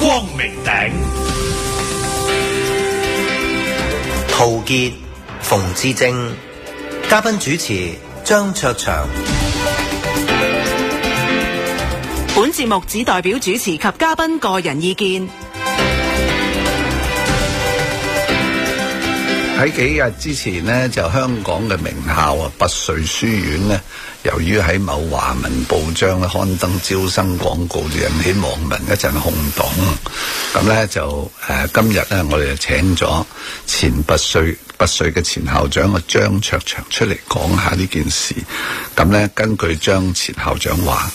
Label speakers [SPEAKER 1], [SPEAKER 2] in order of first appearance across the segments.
[SPEAKER 1] 光明頂，
[SPEAKER 2] 陶傑、馮智政，嘉賓主持張卓祥。
[SPEAKER 3] 本節目只代表主持及嘉賓個人意見。
[SPEAKER 4] 喺幾日之前呢，就香港嘅名校啊，拔萃書院呢，由於喺某華文報章咧刊登招生廣告，就引起網民一陣轟動。咁呢，就誒、呃今日呢，我哋就請咗前拔萃拔萃嘅前校長啊張卓祥出嚟講下呢件事。咁呢，根據張前校長話，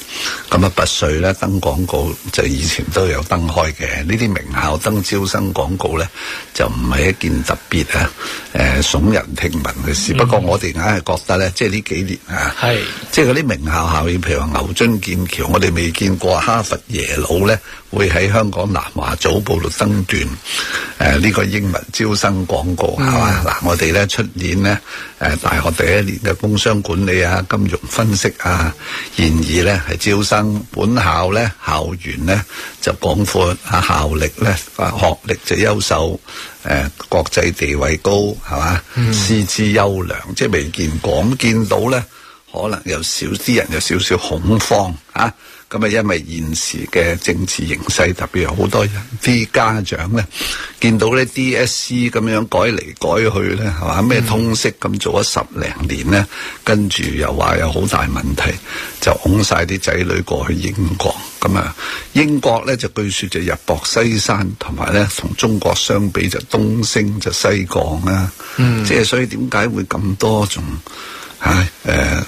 [SPEAKER 4] 咁啊拔萃呢登廣告就以前都有登開嘅，呢啲名校登招生廣告呢，就唔係一件特別啊誒、聳人聽聞嘅事。不過我哋硬係覺得呢，即係呢幾年啊。
[SPEAKER 1] 係
[SPEAKER 4] 即係嗰啲名校校園，譬如話牛津、劍橋，我哋未見過哈佛、耶魯咧，會喺香港南華早報度登段誒呢、個英文招生廣告係嘛？嗱、我哋咧出年咧誒、大學第一年嘅工商管理啊、金融分析啊，然而咧係招生本校咧校園咧就廣闊啊，校歷咧啊學歷就優秀。誒、國際地位高係嘛，師資優良，即係未見過，咁見到咧。可能有少啲人有少少恐慌啊！咁啊，因為現時嘅政治形勢，特別有好多人啲家長咧，見到呢 DSE 咁樣改嚟改去咧，係嘛咩通識咁做咗十零年咧，跟住又話有好大問題，就拱晒啲仔女過去英國。咁啊，英國咧就據說就日薄西山，同埋咧同中國相比就東升就西降啦。嗯，即係所以點解會咁多種？嚇誒呃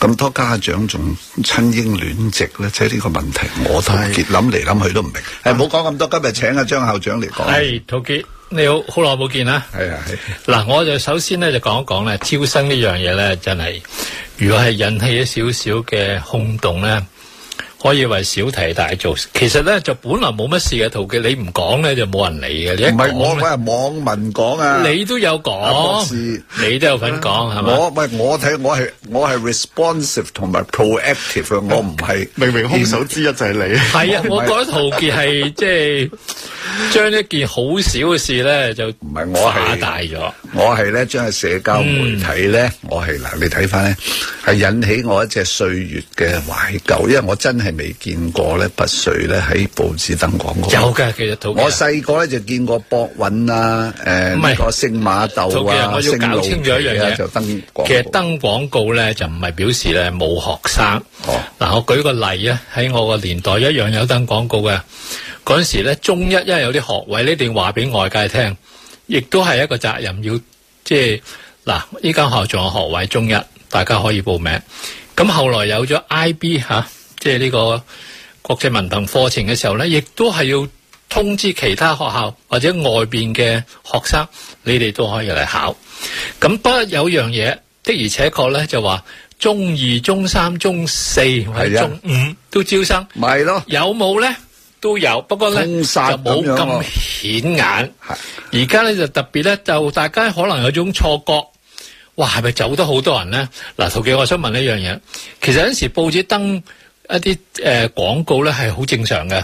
[SPEAKER 4] 咁多家長仲親英戀殖咧，即係呢個問題，我同傑諗嚟諗去都唔明。誒，唔好講咁多，今日請阿張校長嚟講。
[SPEAKER 1] 係陶傑，你好，好耐冇見啦。
[SPEAKER 4] 係啊，係
[SPEAKER 1] 嗱，我就首先咧就講一講咧招生呢樣嘢咧，真係如果係引起一少少嘅轟動咧，可以為小題大做。其實咧就本來冇乜事嘅，陶傑你唔講咧就冇人理嘅。你一
[SPEAKER 4] 唔係我
[SPEAKER 1] 講
[SPEAKER 4] 喂
[SPEAKER 1] 呢
[SPEAKER 4] 網民講啊？
[SPEAKER 1] 你都有
[SPEAKER 4] 阿博
[SPEAKER 1] 講
[SPEAKER 4] 士，
[SPEAKER 1] 你都有份講係嘛？
[SPEAKER 4] 我喂我睇我係我係 responsive 同埋 proactive 嘅，我唔係
[SPEAKER 5] 明明兇手之一就係你，
[SPEAKER 1] 係啊，
[SPEAKER 4] 我
[SPEAKER 1] 我覺得陶傑係即係將一件好小嘅事咧就
[SPEAKER 4] 唔係我係
[SPEAKER 1] 化大咗。
[SPEAKER 4] 我係咧將社交媒體咧，我係嗱，你睇翻咧係引起我一隻歲月嘅懷舊，因為我真係未見過咧拔萃咧喺報紙登廣告。
[SPEAKER 1] 有嘅，其實陶傑
[SPEAKER 4] 我細個咧就見過博韻啊，誒
[SPEAKER 1] 唔係
[SPEAKER 4] 呢個星馬
[SPEAKER 1] 做
[SPEAKER 4] 鬥
[SPEAKER 1] 嘅
[SPEAKER 4] 啊，
[SPEAKER 1] 我要
[SPEAKER 4] 星
[SPEAKER 1] 搞
[SPEAKER 4] 路
[SPEAKER 1] 清楚一樣
[SPEAKER 4] 旗啊
[SPEAKER 1] 嘢，
[SPEAKER 4] 就登廣告
[SPEAKER 1] 其實登廣告咧就唔係表示咧冇學生。
[SPEAKER 4] 哦
[SPEAKER 1] 嗱，我舉個例啊，喺我個年代一樣有登廣告嘅。嗰陣時咧，中一因為有啲學位，呢定話俾外界聽，亦都係一個責任要即係嗱，呢間學仲有學位中一，大家可以報名。咁後來有咗 IB 嚇、即係呢個國際文憑課程嘅時候咧，亦都係要通知其他學校或者外邊嘅學生，你哋都可以嚟考。咁不過有樣嘢的而且確咧，就話中二、中三、中四或者
[SPEAKER 4] 係啊
[SPEAKER 1] 中五都招生，
[SPEAKER 4] 咪咯，
[SPEAKER 1] 有冇咧？都有，不過咧就
[SPEAKER 4] 通殺
[SPEAKER 1] 冇
[SPEAKER 4] 咁樣
[SPEAKER 1] 咁
[SPEAKER 4] 喎
[SPEAKER 1] 顯眼。
[SPEAKER 4] 係
[SPEAKER 1] 而家咧就特別咧，就大家可能有種錯覺，哇，係咪走得好多人咧？嗱，陶記，我想問一樣嘢，其實有陣時報紙登一啲誒、呃、廣告咧係好正常嘅，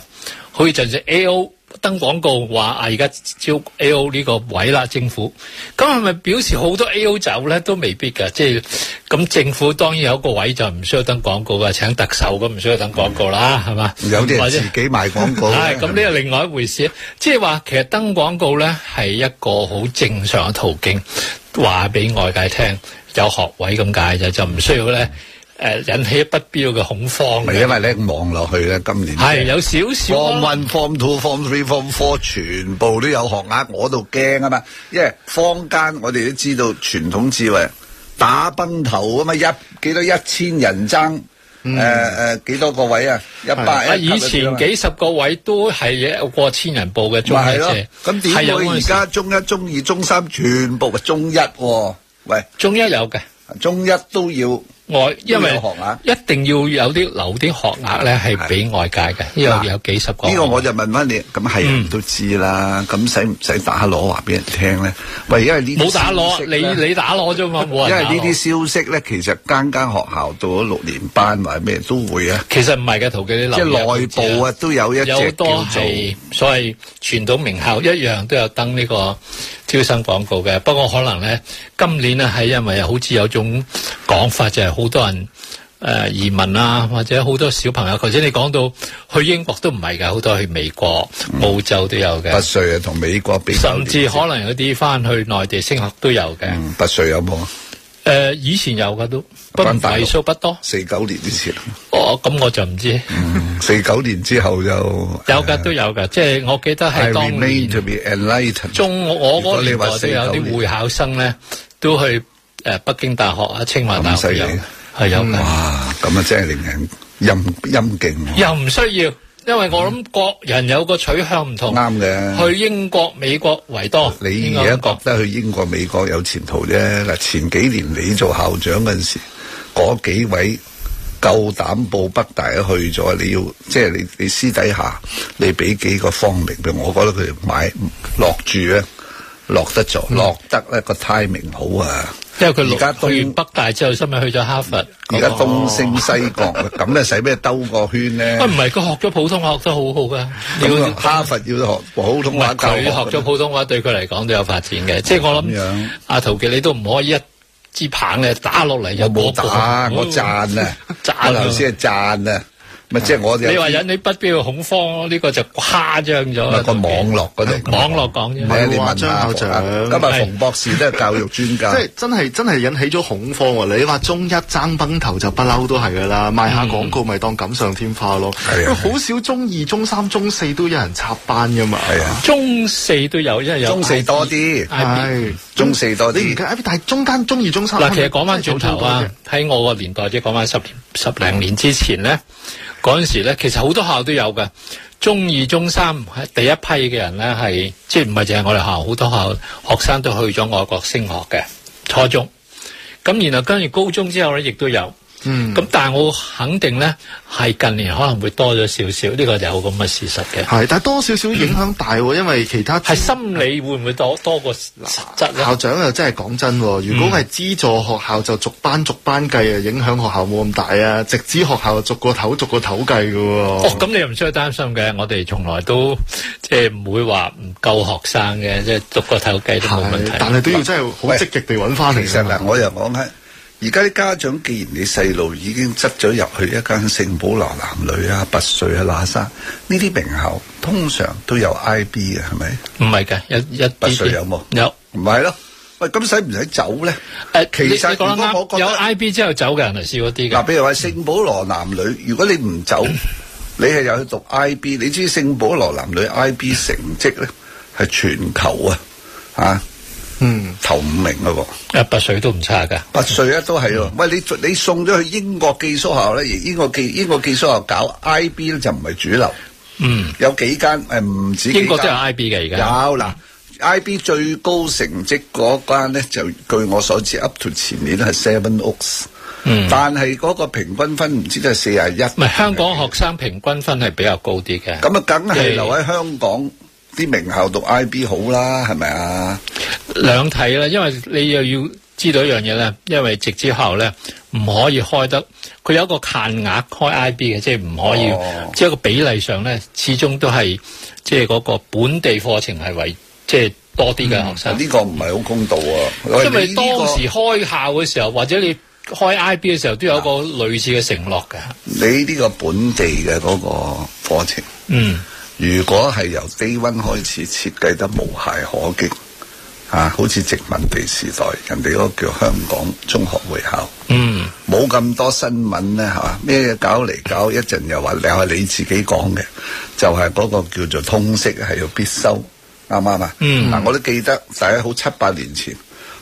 [SPEAKER 1] 好似陣時 A O 登廣告話啊，而家招 A O 呢個位啦，政府咁係咪表示好多 A O 走咧？都未必㗎，即係咁政府當然有個位就唔需要登廣告㗎，請特首咁唔需要登廣告啦，係嘛？
[SPEAKER 4] 有啲
[SPEAKER 1] 或
[SPEAKER 4] 人
[SPEAKER 1] 者
[SPEAKER 4] 自己賣廣告。
[SPEAKER 1] 係咁呢個另外一回事，即係話其實登廣告咧係一個好正常嘅途徑，話俾外界聽有學位咁解啫，就唔需要咧誒、引起不必要嘅恐慌
[SPEAKER 4] 咪
[SPEAKER 1] 嘅。
[SPEAKER 4] 因為咧望落去咧，今年
[SPEAKER 1] 係有少少啊
[SPEAKER 4] Form One、Form Two、Form Three、Form Four 全部都有學額，我度驚啊嘛，因為坊間我哋都知道傳統智慧打崩頭啊嘛，一幾多一千人爭誒誒幾多個位啊，一百
[SPEAKER 1] 啊！
[SPEAKER 4] 一級啊
[SPEAKER 1] 以前幾十個位都係有過千人報嘅中
[SPEAKER 4] 咪係
[SPEAKER 1] 一
[SPEAKER 4] 咯
[SPEAKER 1] 啫，，
[SPEAKER 4] 咁點
[SPEAKER 1] 係有
[SPEAKER 4] 會
[SPEAKER 1] 嗰
[SPEAKER 4] 而
[SPEAKER 1] 陣
[SPEAKER 4] 家
[SPEAKER 1] 時
[SPEAKER 4] 中一、中二、中三全部係中一喎？喂，
[SPEAKER 1] 中一有嘅，
[SPEAKER 4] 中一都要
[SPEAKER 1] 外，因
[SPEAKER 4] 都
[SPEAKER 1] 為
[SPEAKER 4] 有學額
[SPEAKER 1] 一定要有啲留啲學額咧，係俾外界嘅，呢
[SPEAKER 4] 嗱
[SPEAKER 1] 度有幾十個。
[SPEAKER 4] 呢個我就問翻你，咁係
[SPEAKER 1] 嗯
[SPEAKER 4] 人都知啦，咁使唔使打攞話俾人聽咧？喂，因為呢啲
[SPEAKER 1] 冇打攞，
[SPEAKER 4] 消息呢
[SPEAKER 1] 你你打攞啫嘛，冇
[SPEAKER 4] 因為
[SPEAKER 1] 人打
[SPEAKER 4] 呢
[SPEAKER 1] 攞。
[SPEAKER 4] 啲消息咧，其實間間學校到咗六年班或者咩都會啊，
[SPEAKER 1] 其實唔係嘅，途記你
[SPEAKER 4] 即係
[SPEAKER 1] 留意
[SPEAKER 4] 內
[SPEAKER 1] 一下
[SPEAKER 4] 部啊都有一隻
[SPEAKER 1] 有好
[SPEAKER 4] 叫
[SPEAKER 1] 多
[SPEAKER 4] 做
[SPEAKER 1] 係所謂傳統名校一樣都有登呢個招生廣告嘅，不過可能咧今年咧係因為好似有種講法就係好多人。誒、移民啊，或者好多小朋友，頭先你講到去英國都唔係㗎，好多去美國、澳洲都有
[SPEAKER 4] 拔
[SPEAKER 1] 嘅，
[SPEAKER 4] 萃啊，同美國嗯比較
[SPEAKER 1] 甚
[SPEAKER 4] 連接，
[SPEAKER 1] 至可能有啲翻去內地升學都有嘅。誒、呃
[SPEAKER 4] 嗯拔萃有冇啊？
[SPEAKER 1] 以前有㗎都，不過
[SPEAKER 4] 關大陸
[SPEAKER 1] 為數不多。
[SPEAKER 4] 四九年之前，嗯
[SPEAKER 1] 哦，咁我就唔知。
[SPEAKER 4] 四九年之後就有
[SPEAKER 1] 有噶都有噶，即係我記得
[SPEAKER 4] I
[SPEAKER 1] 係當
[SPEAKER 4] remain
[SPEAKER 1] 年
[SPEAKER 4] to be enlightened。
[SPEAKER 1] 中我
[SPEAKER 4] 如果
[SPEAKER 1] 嗰
[SPEAKER 4] 你
[SPEAKER 1] 年
[SPEAKER 4] 話
[SPEAKER 1] 代都有
[SPEAKER 4] 49年
[SPEAKER 1] 啲會考生咧，都去誒北京大學啊、清華大
[SPEAKER 4] 咁
[SPEAKER 1] 學
[SPEAKER 4] 犀
[SPEAKER 1] 有
[SPEAKER 4] 利，
[SPEAKER 1] 係有嘅，
[SPEAKER 4] 哇！咁啊，真係令人陰陰勁喎。
[SPEAKER 1] 又唔需要，因為我諗各人有個取向唔同，
[SPEAKER 4] 啱嘅
[SPEAKER 1] 去英國、美國為多，
[SPEAKER 4] 你
[SPEAKER 1] 應
[SPEAKER 4] 而
[SPEAKER 1] 該
[SPEAKER 4] 家
[SPEAKER 1] 咁
[SPEAKER 4] 覺得去英國、美國有前途啫。嗱，前幾年你做校長嗰陣時，嗰幾位夠膽報北大去咗，你要即係你你私底下你俾幾個方明俾我，覺得佢哋買落注咧落得咗，落得咧個 timing 好啊。
[SPEAKER 1] 因為佢
[SPEAKER 4] 而家
[SPEAKER 1] 六去
[SPEAKER 4] 東
[SPEAKER 1] 完北大之後，今日去咗哈佛，
[SPEAKER 4] 而家東升西降，咁咧使咩兜個圈咧
[SPEAKER 1] 啊？唔係佢學咗普通學都好好噶，
[SPEAKER 4] 咁
[SPEAKER 1] 要
[SPEAKER 4] 啊哈佛要學普通
[SPEAKER 1] 唔
[SPEAKER 4] 話
[SPEAKER 1] 係
[SPEAKER 4] 教
[SPEAKER 1] 佢學咗普通話，對佢嚟講都有發展嘅。即係我
[SPEAKER 4] 咁
[SPEAKER 1] 諗
[SPEAKER 4] 樣，
[SPEAKER 1] 阿陶傑你都唔可以一支棒咧打落嚟有
[SPEAKER 4] 我冇
[SPEAKER 1] 嗰個！
[SPEAKER 4] 打，我讚啊
[SPEAKER 1] Ừ. 讚啊
[SPEAKER 4] 我頭先係讚啊，咪即係我哋
[SPEAKER 1] 你話引起不必要恐慌咯，呢個就誇張咗啦。
[SPEAKER 4] 咪個
[SPEAKER 1] 陶傑
[SPEAKER 4] 網絡嗰度
[SPEAKER 1] 網絡講啫
[SPEAKER 5] 係。
[SPEAKER 4] 你
[SPEAKER 5] 話
[SPEAKER 4] 問
[SPEAKER 5] 張
[SPEAKER 4] 下
[SPEAKER 5] 校長
[SPEAKER 4] 今日馮博士都係教育專家
[SPEAKER 1] 啊
[SPEAKER 5] 即，係真係真係引起咗恐慌喎！你話中一爭崩頭就不嬲都係噶啦，
[SPEAKER 1] 嗯
[SPEAKER 5] 賣下廣告咪當錦上添花咯。
[SPEAKER 4] 係啊
[SPEAKER 5] 因為
[SPEAKER 4] 係啊
[SPEAKER 5] 好少中二、中三、中四都有人插班噶嘛。
[SPEAKER 4] 係啊，
[SPEAKER 1] 中四都有，因為有
[SPEAKER 4] 中四多啲，
[SPEAKER 1] IB
[SPEAKER 5] 係
[SPEAKER 4] 中四多
[SPEAKER 5] 你而
[SPEAKER 4] 啲，
[SPEAKER 5] 家啊但係中間中二、中三
[SPEAKER 1] 嗱，其實講翻轉頭啊，喺我個年代，即係講翻十十零年之前咧，嗰陣時咧，其實好多學校都有嘅。中二、中三係第一批嘅人咧，係即係唔係淨係我哋學校，好多學校學生都去咗外國升學嘅初中。咁然後跟住高中之後咧，亦都有。
[SPEAKER 5] 嗯
[SPEAKER 1] 咁但係我肯定咧，係近年可能會多咗少少，呢、個就有咁嘅事實嘅。
[SPEAKER 5] 係，但係多少少影響大喎，因為其他
[SPEAKER 1] 嗯係心理會唔會多多過實質咧？
[SPEAKER 5] 校長又真係講真喎，如果係資助學校就逐班逐班計啊，影響學校冇咁大啊。直資學校逐個頭逐個頭計嘅
[SPEAKER 1] 哦，
[SPEAKER 5] 喎。
[SPEAKER 1] 咁你又唔需要擔心嘅，我哋從來都即係唔會話唔夠學生嘅，即係讀個頭計都冇問題
[SPEAKER 5] 係，。但係都要真係好
[SPEAKER 4] 喂
[SPEAKER 5] 積極地揾翻嚟㗎。
[SPEAKER 4] 其實嗱，我又講緊，而家啲家長既然你細路已經執咗入去一間聖保羅男女啊、拔萃啊、喇沙呢啲名校，通常都有 IB 嘅，係咪？
[SPEAKER 1] 唔係嘅，有一
[SPEAKER 4] 拔
[SPEAKER 1] 啲
[SPEAKER 4] 萃
[SPEAKER 1] 啲
[SPEAKER 4] 有冇
[SPEAKER 1] 有
[SPEAKER 4] 唔係咯？喂，咁使唔使走咧？
[SPEAKER 1] 誒，
[SPEAKER 4] 其
[SPEAKER 1] 其
[SPEAKER 4] 實
[SPEAKER 1] 實你講得
[SPEAKER 4] 如果我
[SPEAKER 1] 啱，
[SPEAKER 4] 覺
[SPEAKER 1] 有
[SPEAKER 4] 得
[SPEAKER 1] IB 之後走嘅人係少咗啲
[SPEAKER 4] 嗱，
[SPEAKER 1] 嘅。
[SPEAKER 4] 譬如話聖保羅男女，如果你唔 走，你係有去讀 IB，你知聖保羅男女 IB 成績咧係全球啊，啊
[SPEAKER 5] 嗯，
[SPEAKER 4] 頭五名嘅喎，
[SPEAKER 1] 誒，呃拔萃都唔差㗎。
[SPEAKER 4] 拔萃咧都
[SPEAKER 1] 嗯
[SPEAKER 4] 係喎。喂，你你送咗去英國寄宿校咧，而英國寄英國寄宿校搞 IB 咧就唔係主流，
[SPEAKER 1] 嗯，
[SPEAKER 4] 有幾間誒唔止幾間
[SPEAKER 1] 英國都有 IB 嘅而
[SPEAKER 4] 有
[SPEAKER 1] 家。
[SPEAKER 4] 嗱。IB 最高成績嗰間咧，就據我所知，up to 前年係 Seven Oaks，、
[SPEAKER 1] 嗯
[SPEAKER 4] 但係嗰個平均分唔知都係四廿一。
[SPEAKER 1] 唔係香港學生平均分係比較高啲嘅。
[SPEAKER 4] 咁啊，梗係留喺香港啲名校讀 IB 好啦，係咪啊？
[SPEAKER 1] 兩睇啦，因為你又要知道一樣嘢咧，因為直資校咧唔可以開得，佢有一個限額開 IB 嘅，即係唔可以，
[SPEAKER 4] 哦
[SPEAKER 1] 即係個比例上咧，始終都係即係嗰個本地課程係為即係多啲嘅學生，
[SPEAKER 4] 嗯呢個唔係好公道啊！
[SPEAKER 1] 啊因
[SPEAKER 4] 喂
[SPEAKER 1] 為
[SPEAKER 4] 你呢
[SPEAKER 1] 當
[SPEAKER 4] 個
[SPEAKER 1] 時開校嘅時候，或者你開 IB 嘅時候，都有一個
[SPEAKER 4] 啊
[SPEAKER 1] 類似嘅承諾嘅，
[SPEAKER 4] 你呢個本地嘅嗰個課程，
[SPEAKER 1] 嗯。
[SPEAKER 4] 如果係由低温開始設計得無懈可擊啊，好似殖民地時代，人哋嗰個叫香港中學會校。
[SPEAKER 1] 嗯，
[SPEAKER 4] 冇咁多新聞咧，係嘛？咩搞嚟搞，一陣又話又係你自己講嘅，就係、嗰個叫做通識係要必修，啱唔啱啊？
[SPEAKER 1] 嗯
[SPEAKER 4] 嗱，我都記得，大家好七八年前，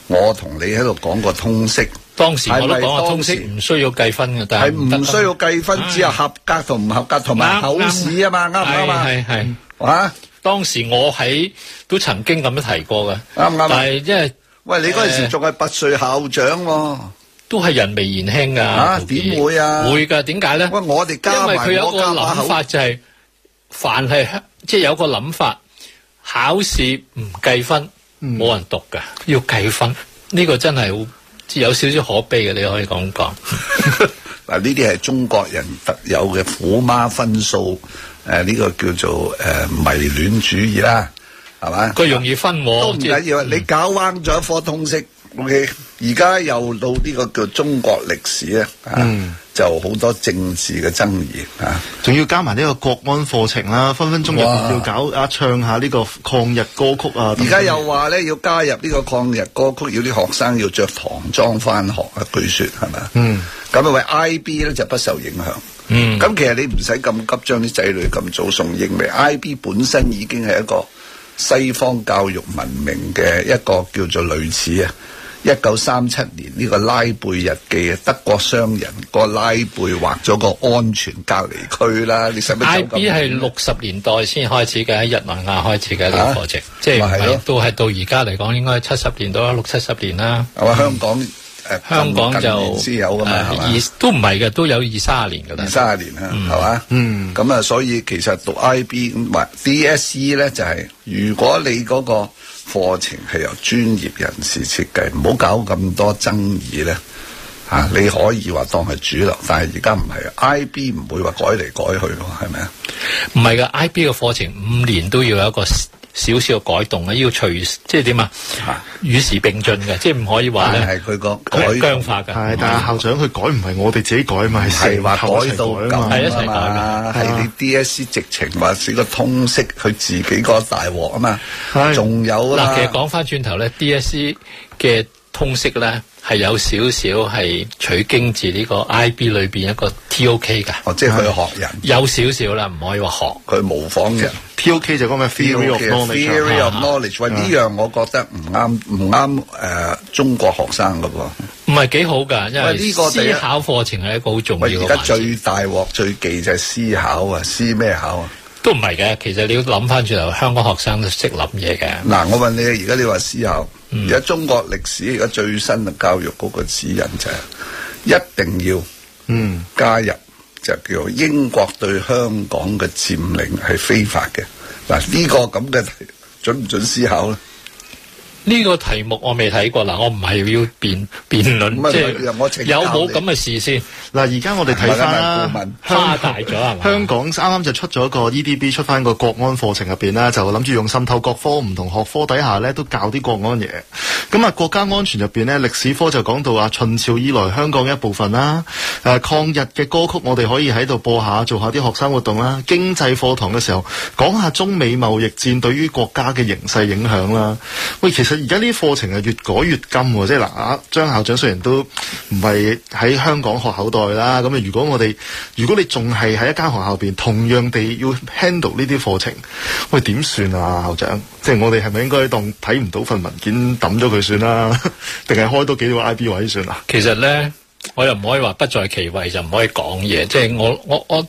[SPEAKER 4] 我同你喺度講過通識，
[SPEAKER 1] 當時我都講
[SPEAKER 4] 係
[SPEAKER 1] 話
[SPEAKER 4] 咪
[SPEAKER 1] 通識
[SPEAKER 4] 當時
[SPEAKER 1] 唔需要計分嘅，但
[SPEAKER 4] 係
[SPEAKER 1] 係得啊
[SPEAKER 4] 唔需要計分，只有合格同唔合格同埋
[SPEAKER 1] 啱
[SPEAKER 4] 口試啊嘛，啱唔啱啊？
[SPEAKER 1] 係係係。
[SPEAKER 4] 啊，
[SPEAKER 1] 當時我喺都曾經咁樣提過嘅，
[SPEAKER 4] 啱唔啱啊
[SPEAKER 1] 但係因為
[SPEAKER 4] 喂，你嗰陣時
[SPEAKER 1] 誒
[SPEAKER 4] 仲係拔萃校長喎、
[SPEAKER 1] 都係人微言輕噶。
[SPEAKER 4] 啊
[SPEAKER 1] 陶傑
[SPEAKER 4] 點會啊
[SPEAKER 1] 會㗎，點解咧？
[SPEAKER 4] 喂，我哋加
[SPEAKER 1] 因為
[SPEAKER 4] 埋
[SPEAKER 1] 佢有
[SPEAKER 4] 我
[SPEAKER 1] 個
[SPEAKER 4] 加把
[SPEAKER 1] 諗
[SPEAKER 4] 口
[SPEAKER 1] 法，就係、凡係即係有個諗法，考試唔計分，
[SPEAKER 4] 嗯
[SPEAKER 1] 冇人讀噶，要計分，呢、個真係好有少少可悲嘅，你可以 咁講。
[SPEAKER 4] 嗱呢啲係中國人特有嘅虎媽分數，誒、呢、個叫做誒、迷戀主義啦，係嘛？
[SPEAKER 1] 佢容易分
[SPEAKER 4] 都
[SPEAKER 1] 我，
[SPEAKER 4] 唔
[SPEAKER 1] 即
[SPEAKER 4] 緊
[SPEAKER 1] 係
[SPEAKER 4] 要，啊你搞彎咗一科通識，OK，而家又到呢個叫中國歷史咧，啊，就好多政治嘅爭議啊。
[SPEAKER 5] 仲要加埋呢個國安課程啦，分分鐘入
[SPEAKER 4] 哇
[SPEAKER 5] 面要搞啊唱下呢個抗日歌曲啊。
[SPEAKER 4] 而家又話咧要加入呢個抗日歌曲，要啲學生要着唐裝翻學啊，據說係咪？嗯，咁啊為 IB 咧就不受影響。嗯，咁其實你唔使咁急將啲仔女咁早送英美，IB 本身已經係一個西方教育文明嘅一個叫做類似啊。一九三七年呢個拉貝日記啊，德國商人個拉貝畫咗個安全隔離區啦，你使乜走
[SPEAKER 1] IB
[SPEAKER 4] 咁
[SPEAKER 1] 係六十年代先開始嘅，喺日文亞開始嘅呢
[SPEAKER 4] 啊
[SPEAKER 1] 個課程，即係唔
[SPEAKER 4] 咪係咯
[SPEAKER 1] 係都係到而家嚟講，應該七十年到六七十年啦。
[SPEAKER 4] 係嘛？香港誒
[SPEAKER 1] 香港
[SPEAKER 4] 近
[SPEAKER 1] 就
[SPEAKER 4] 年先有㗎嘛，
[SPEAKER 1] 呃
[SPEAKER 4] 係嘛？
[SPEAKER 1] 二都唔係嘅，都有二三十年㗎
[SPEAKER 4] 二
[SPEAKER 1] 啦。
[SPEAKER 4] 三十年啦，係嘛？嗯，咁啊，所以其實讀 IB 咁或 DSE E 咧，就係、如果你嗰個課程係由專業人士設計，唔好搞咁多爭議咧。嚇、
[SPEAKER 1] 嗯
[SPEAKER 4] 你可以話當係主流，但係而家唔係 IB 唔會話改嚟改去喎，係咪啊？
[SPEAKER 1] 唔係噶，IB 嘅課程五年都要有一個少少嘅改動啊，要隨即係點啊
[SPEAKER 4] 啊，
[SPEAKER 1] 與時並進嘅，即係唔可以話
[SPEAKER 4] 但
[SPEAKER 1] 咧
[SPEAKER 4] 係佢個
[SPEAKER 1] 佢係
[SPEAKER 4] 改
[SPEAKER 1] 僵化嘅。
[SPEAKER 5] 係，但係校長佢改唔係我哋自己改嘛，係
[SPEAKER 4] 係話改到
[SPEAKER 5] 成頭一齊改啊嘛
[SPEAKER 1] 係一
[SPEAKER 4] 咁
[SPEAKER 1] 齊
[SPEAKER 4] 啊
[SPEAKER 1] 改
[SPEAKER 4] 嘛，係你 DSE 直情話是個通識佢自己個大鑊啊嘛，
[SPEAKER 5] 係
[SPEAKER 4] 仲有啊嘛
[SPEAKER 1] 嗱，其實講翻轉頭咧，DSE E 嘅通識咧係有少少係取經自呢個 IB 裏邊一個 TOK 㗎，
[SPEAKER 4] 哦，即係佢學人，
[SPEAKER 1] 有少少啦，唔可以話學。
[SPEAKER 4] 佢模仿人。
[SPEAKER 5] T.O.K. 就講嘅 theory of knowledge 啊
[SPEAKER 4] theory of knowledge，喂，呢樣我覺得唔啱唔啱誒中國學生噶喎。
[SPEAKER 1] 唔係幾好噶，因
[SPEAKER 4] 喂
[SPEAKER 1] 為
[SPEAKER 4] 呢個第一
[SPEAKER 1] 思考課程係一個好重要
[SPEAKER 4] 喂，
[SPEAKER 1] 嘅
[SPEAKER 4] 而家
[SPEAKER 1] 環節
[SPEAKER 4] 最大鑊最忌就係思考啊，思咩考啊？
[SPEAKER 1] 都唔係嘅。其實你要諗翻轉頭，香港學生都識諗嘢嘅。
[SPEAKER 4] 嗱，我問你，而家你話思考，而家中國歷史而家最新嘅教育嗰個指引就係一定要嗯加入就叫做英國對香港嘅佔領係非法嘅。嗱，呢個咁嘅準唔準思考咧？
[SPEAKER 1] 呢個題目我未睇過嗱，我唔係要辯辯
[SPEAKER 4] 唔係
[SPEAKER 1] 論，即
[SPEAKER 4] 我請
[SPEAKER 1] 係
[SPEAKER 4] 教
[SPEAKER 1] 有
[SPEAKER 4] 你
[SPEAKER 1] 冇咁嘅事先
[SPEAKER 5] 嗱，而家我哋睇
[SPEAKER 4] 問
[SPEAKER 5] 翻
[SPEAKER 4] 一問顧
[SPEAKER 5] 啦
[SPEAKER 4] 問，
[SPEAKER 1] 誇大咗係嘛？
[SPEAKER 5] 香港啱啱就出咗個 EDB 出翻個國安課程入邊啦，就諗住用滲透各科唔同學科底下咧，都教啲國安嘢。咁啊，國家安全入邊咧，歷史科就講到啊，秦朝以來香港嘅一部分啦。誒、抗日嘅歌曲我哋可以喺度播下，做下啲學生活動啦。經濟課堂嘅時候講下中美貿易戰對於國家嘅形勢影響啦。喂，其實而家呢啲課程係越改越金喎，即係嗱，啊張校長雖然都唔係喺香港學口袋啦，咁啊，如果我哋如果你仲係喺一間學校入邊，同樣地要 handle 呢啲課程，喂點算啊，校長？即係我哋係咪應該當睇唔到份文件抌咗佢算啦， 定係開多幾個 IB 位算啊？
[SPEAKER 1] 其實咧，我又唔可以話不在其位就唔可以講嘢，即係我我我，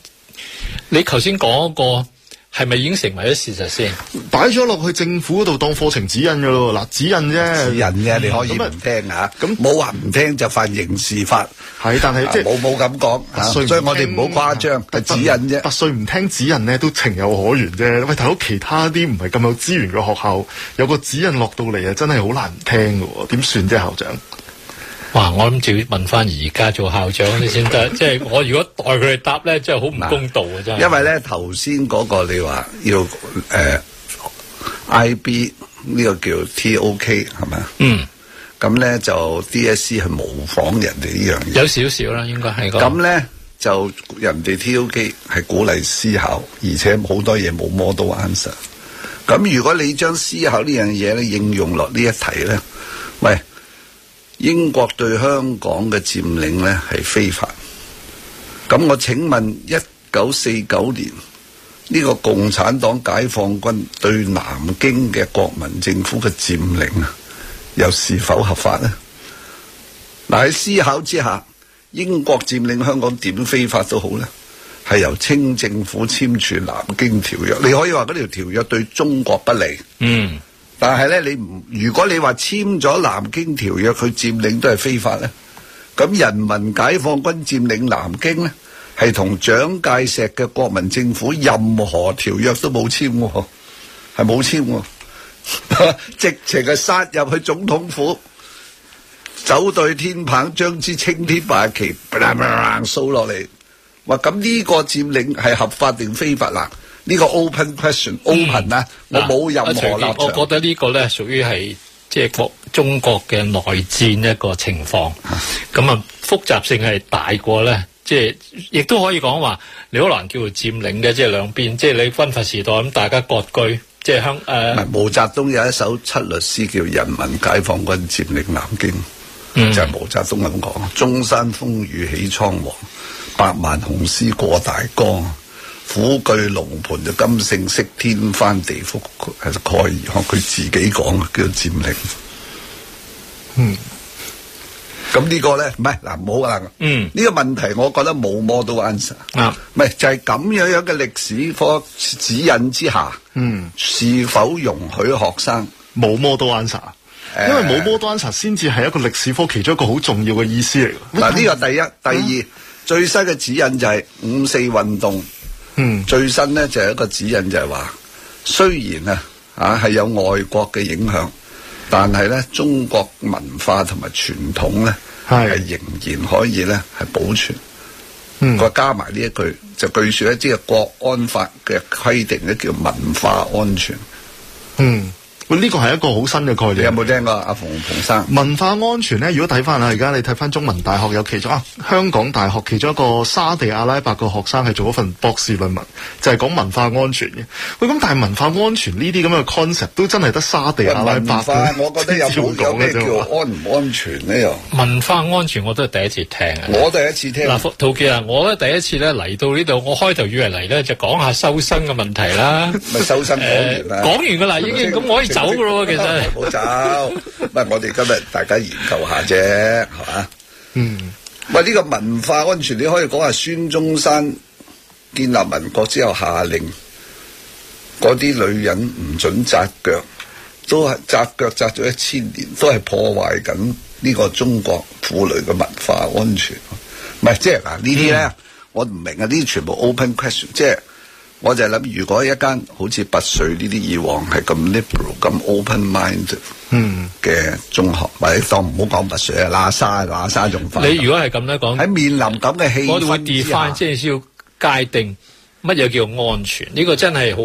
[SPEAKER 1] 你頭先講嗰個係咪已經成為咗事實先？
[SPEAKER 5] 擺咗落去政府嗰度當課程指引嘅咯，嗱指引啫，
[SPEAKER 4] 指引嘅，你可以
[SPEAKER 5] 咁啊
[SPEAKER 4] 唔聽嚇，
[SPEAKER 5] 呃咁
[SPEAKER 4] 呃啊咁冇話唔聽就犯刑事法，
[SPEAKER 5] 係，但係
[SPEAKER 4] 啊
[SPEAKER 5] 即係
[SPEAKER 4] 冇冇咁講
[SPEAKER 5] 不
[SPEAKER 4] 啊
[SPEAKER 5] 需
[SPEAKER 4] 所
[SPEAKER 5] 唔
[SPEAKER 4] 以我哋
[SPEAKER 5] 聽
[SPEAKER 4] 唔好誇張，係指引
[SPEAKER 5] 拔
[SPEAKER 4] 啫。
[SPEAKER 5] 萃唔聽指引咧，都情有可原啫。喂，大佬，其他啲唔係咁有資源嘅學校，有個指引落到嚟啊，真係好難聽嘅喎。點算啫，校長？
[SPEAKER 1] 哇！我諗住要問翻而家做校長你先 得，即係我如果代佢哋答咧，真係好唔公道
[SPEAKER 5] 啊
[SPEAKER 1] 嘅真係。
[SPEAKER 4] 因為咧頭先嗰個你話要誒、呃 IB 呢個叫 TOK 係咪？啊
[SPEAKER 1] 嗯，
[SPEAKER 4] 咁咧就 DSE 係模仿人哋呢樣嘢。
[SPEAKER 1] 有少少啦，應該係個
[SPEAKER 4] 咁咧就人哋 TOK 係鼓勵思考，而且好多嘢冇 model answer。咁如果你將思考呢樣嘢咧應用落呢一題咧，喂，英國對香港嘅佔領咧係非法。咁我請問一九四九年呢、個共產黨解放軍對南京嘅國民政府嘅佔領啊，又是否合法呢？嗱喺思考之下，英國佔領香港點非法都好咧，係由清政府簽署南京條約。你可以話嗰條條約對中國不利，
[SPEAKER 1] 嗯。
[SPEAKER 4] 但係咧你唔，如果你話簽咗南京條約，佢佔領都係非法咧，咁人民解放軍佔領南京咧，係同蔣介石嘅國民政府任何條約都冇簽喎，係冇簽喎， 直情係殺入去總統府。走對天棒，將支青天白日旗嘭嘭掃落嚟。話咁呢個佔領係合法定非法啦？呢、個 open question，open 啊，我
[SPEAKER 1] 嗯嗱
[SPEAKER 4] 冇任
[SPEAKER 1] 阿徐
[SPEAKER 4] 何
[SPEAKER 1] 傑
[SPEAKER 4] 立
[SPEAKER 1] 我覺
[SPEAKER 4] 場。
[SPEAKER 1] 得呢個咧屬於係即係國中國嘅內戰一個情況，咁啊複雜性係大過咧。即係亦都可以講話，你好難叫做佔領嘅，即係兩邊，即係你軍閥時代咁，大家割據，即係香誒、呃
[SPEAKER 4] 唔係毛澤東有一首七律詩叫《人民解放軍佔領南京》，就係毛澤東咁講：中山風雨起蒼黃，百萬雄師過大江。虎踞龍盤就金勝色，天翻地覆係蓋而康。佢自己講嘅叫佔領。咁呢個咧，唔係嗱，唔好啊。
[SPEAKER 1] 嗯
[SPEAKER 4] 呢個問題我覺得冇摸到 answer。
[SPEAKER 1] 啊，
[SPEAKER 4] 唔係就係咁樣樣嘅歷史科指引之下，
[SPEAKER 5] 嗯，
[SPEAKER 4] 是否容許學生？
[SPEAKER 5] 冇 model answer，啊
[SPEAKER 4] 誒
[SPEAKER 5] 因為冇 model answer 先至係一個歷史科其中一個好重要嘅意思嚟㗎。
[SPEAKER 4] 嗱，呢個第一，第二、最新嘅指引就係五四運動。
[SPEAKER 5] 嗯
[SPEAKER 4] 最新咧就係一個指引就係話，雖然啊啊係有外國嘅影響，但係咧中國文化同埋傳統咧
[SPEAKER 5] 係
[SPEAKER 4] 係仍然可以咧係保存。
[SPEAKER 5] 嗯
[SPEAKER 4] 佢加埋呢一句，就據說咧，即係國安法嘅規定咧，叫文化安全。
[SPEAKER 5] 嗯，喂，呢個係一個好新嘅概念。
[SPEAKER 4] 你有冇聽過阿馮馮生？
[SPEAKER 5] 文化安全咧，如果睇翻啊啦，而家你睇翻中文大學有其中啊，香港大學其中一個沙地阿拉伯個學生係做咗份博士論文，就係、講文化安全嘅。喂，咁但係文化安全呢啲咁嘅 concept 都真係得沙地阿拉
[SPEAKER 4] 文
[SPEAKER 5] 伯
[SPEAKER 4] 化
[SPEAKER 5] 嘅，
[SPEAKER 4] 我覺得有冇有咩
[SPEAKER 5] 先
[SPEAKER 4] 叫
[SPEAKER 5] 至會講嘅啫嘛
[SPEAKER 4] 安唔安全呢？又
[SPEAKER 1] 文化安全我都係第一次聽啊。
[SPEAKER 4] 我第一次聽。
[SPEAKER 1] 嗱，陶傑啊，我咧第一次咧嚟到呢度，我開頭以為嚟咧就講下修身嘅問題啦。
[SPEAKER 4] 咪啊收身講完
[SPEAKER 1] 誒
[SPEAKER 4] 啦，
[SPEAKER 1] 講完噶啦，已經咁我可以走噶咯喎，其實。
[SPEAKER 4] 唔好走，唔係我哋今日大家研究下啫，係嘛？
[SPEAKER 5] 嗯，
[SPEAKER 4] 喂，呢、個文化安全，你可以講下孫中山建立民國之後下令，嗰啲女人唔准扎腳，都係扎腳扎咗一千年，都係破壞緊呢個中國婦女嘅文化安全。唔係，即係嗱呢啲咧，
[SPEAKER 1] 嗯
[SPEAKER 4] 我唔明啊，呢啲全部 open question，即係。我就係諗，如果一間好似拔萃呢啲以往係咁 liberal、咁 open mind 嘅中學，或者當唔好講拔萃啊，喇沙喇沙仲快。
[SPEAKER 1] 你如果係咁咧講，
[SPEAKER 4] 喺面臨咁嘅氣
[SPEAKER 1] 我哋會
[SPEAKER 4] 氛之
[SPEAKER 1] define
[SPEAKER 4] 下，
[SPEAKER 1] 即係要界定乜嘢叫安全。呢、個真係好，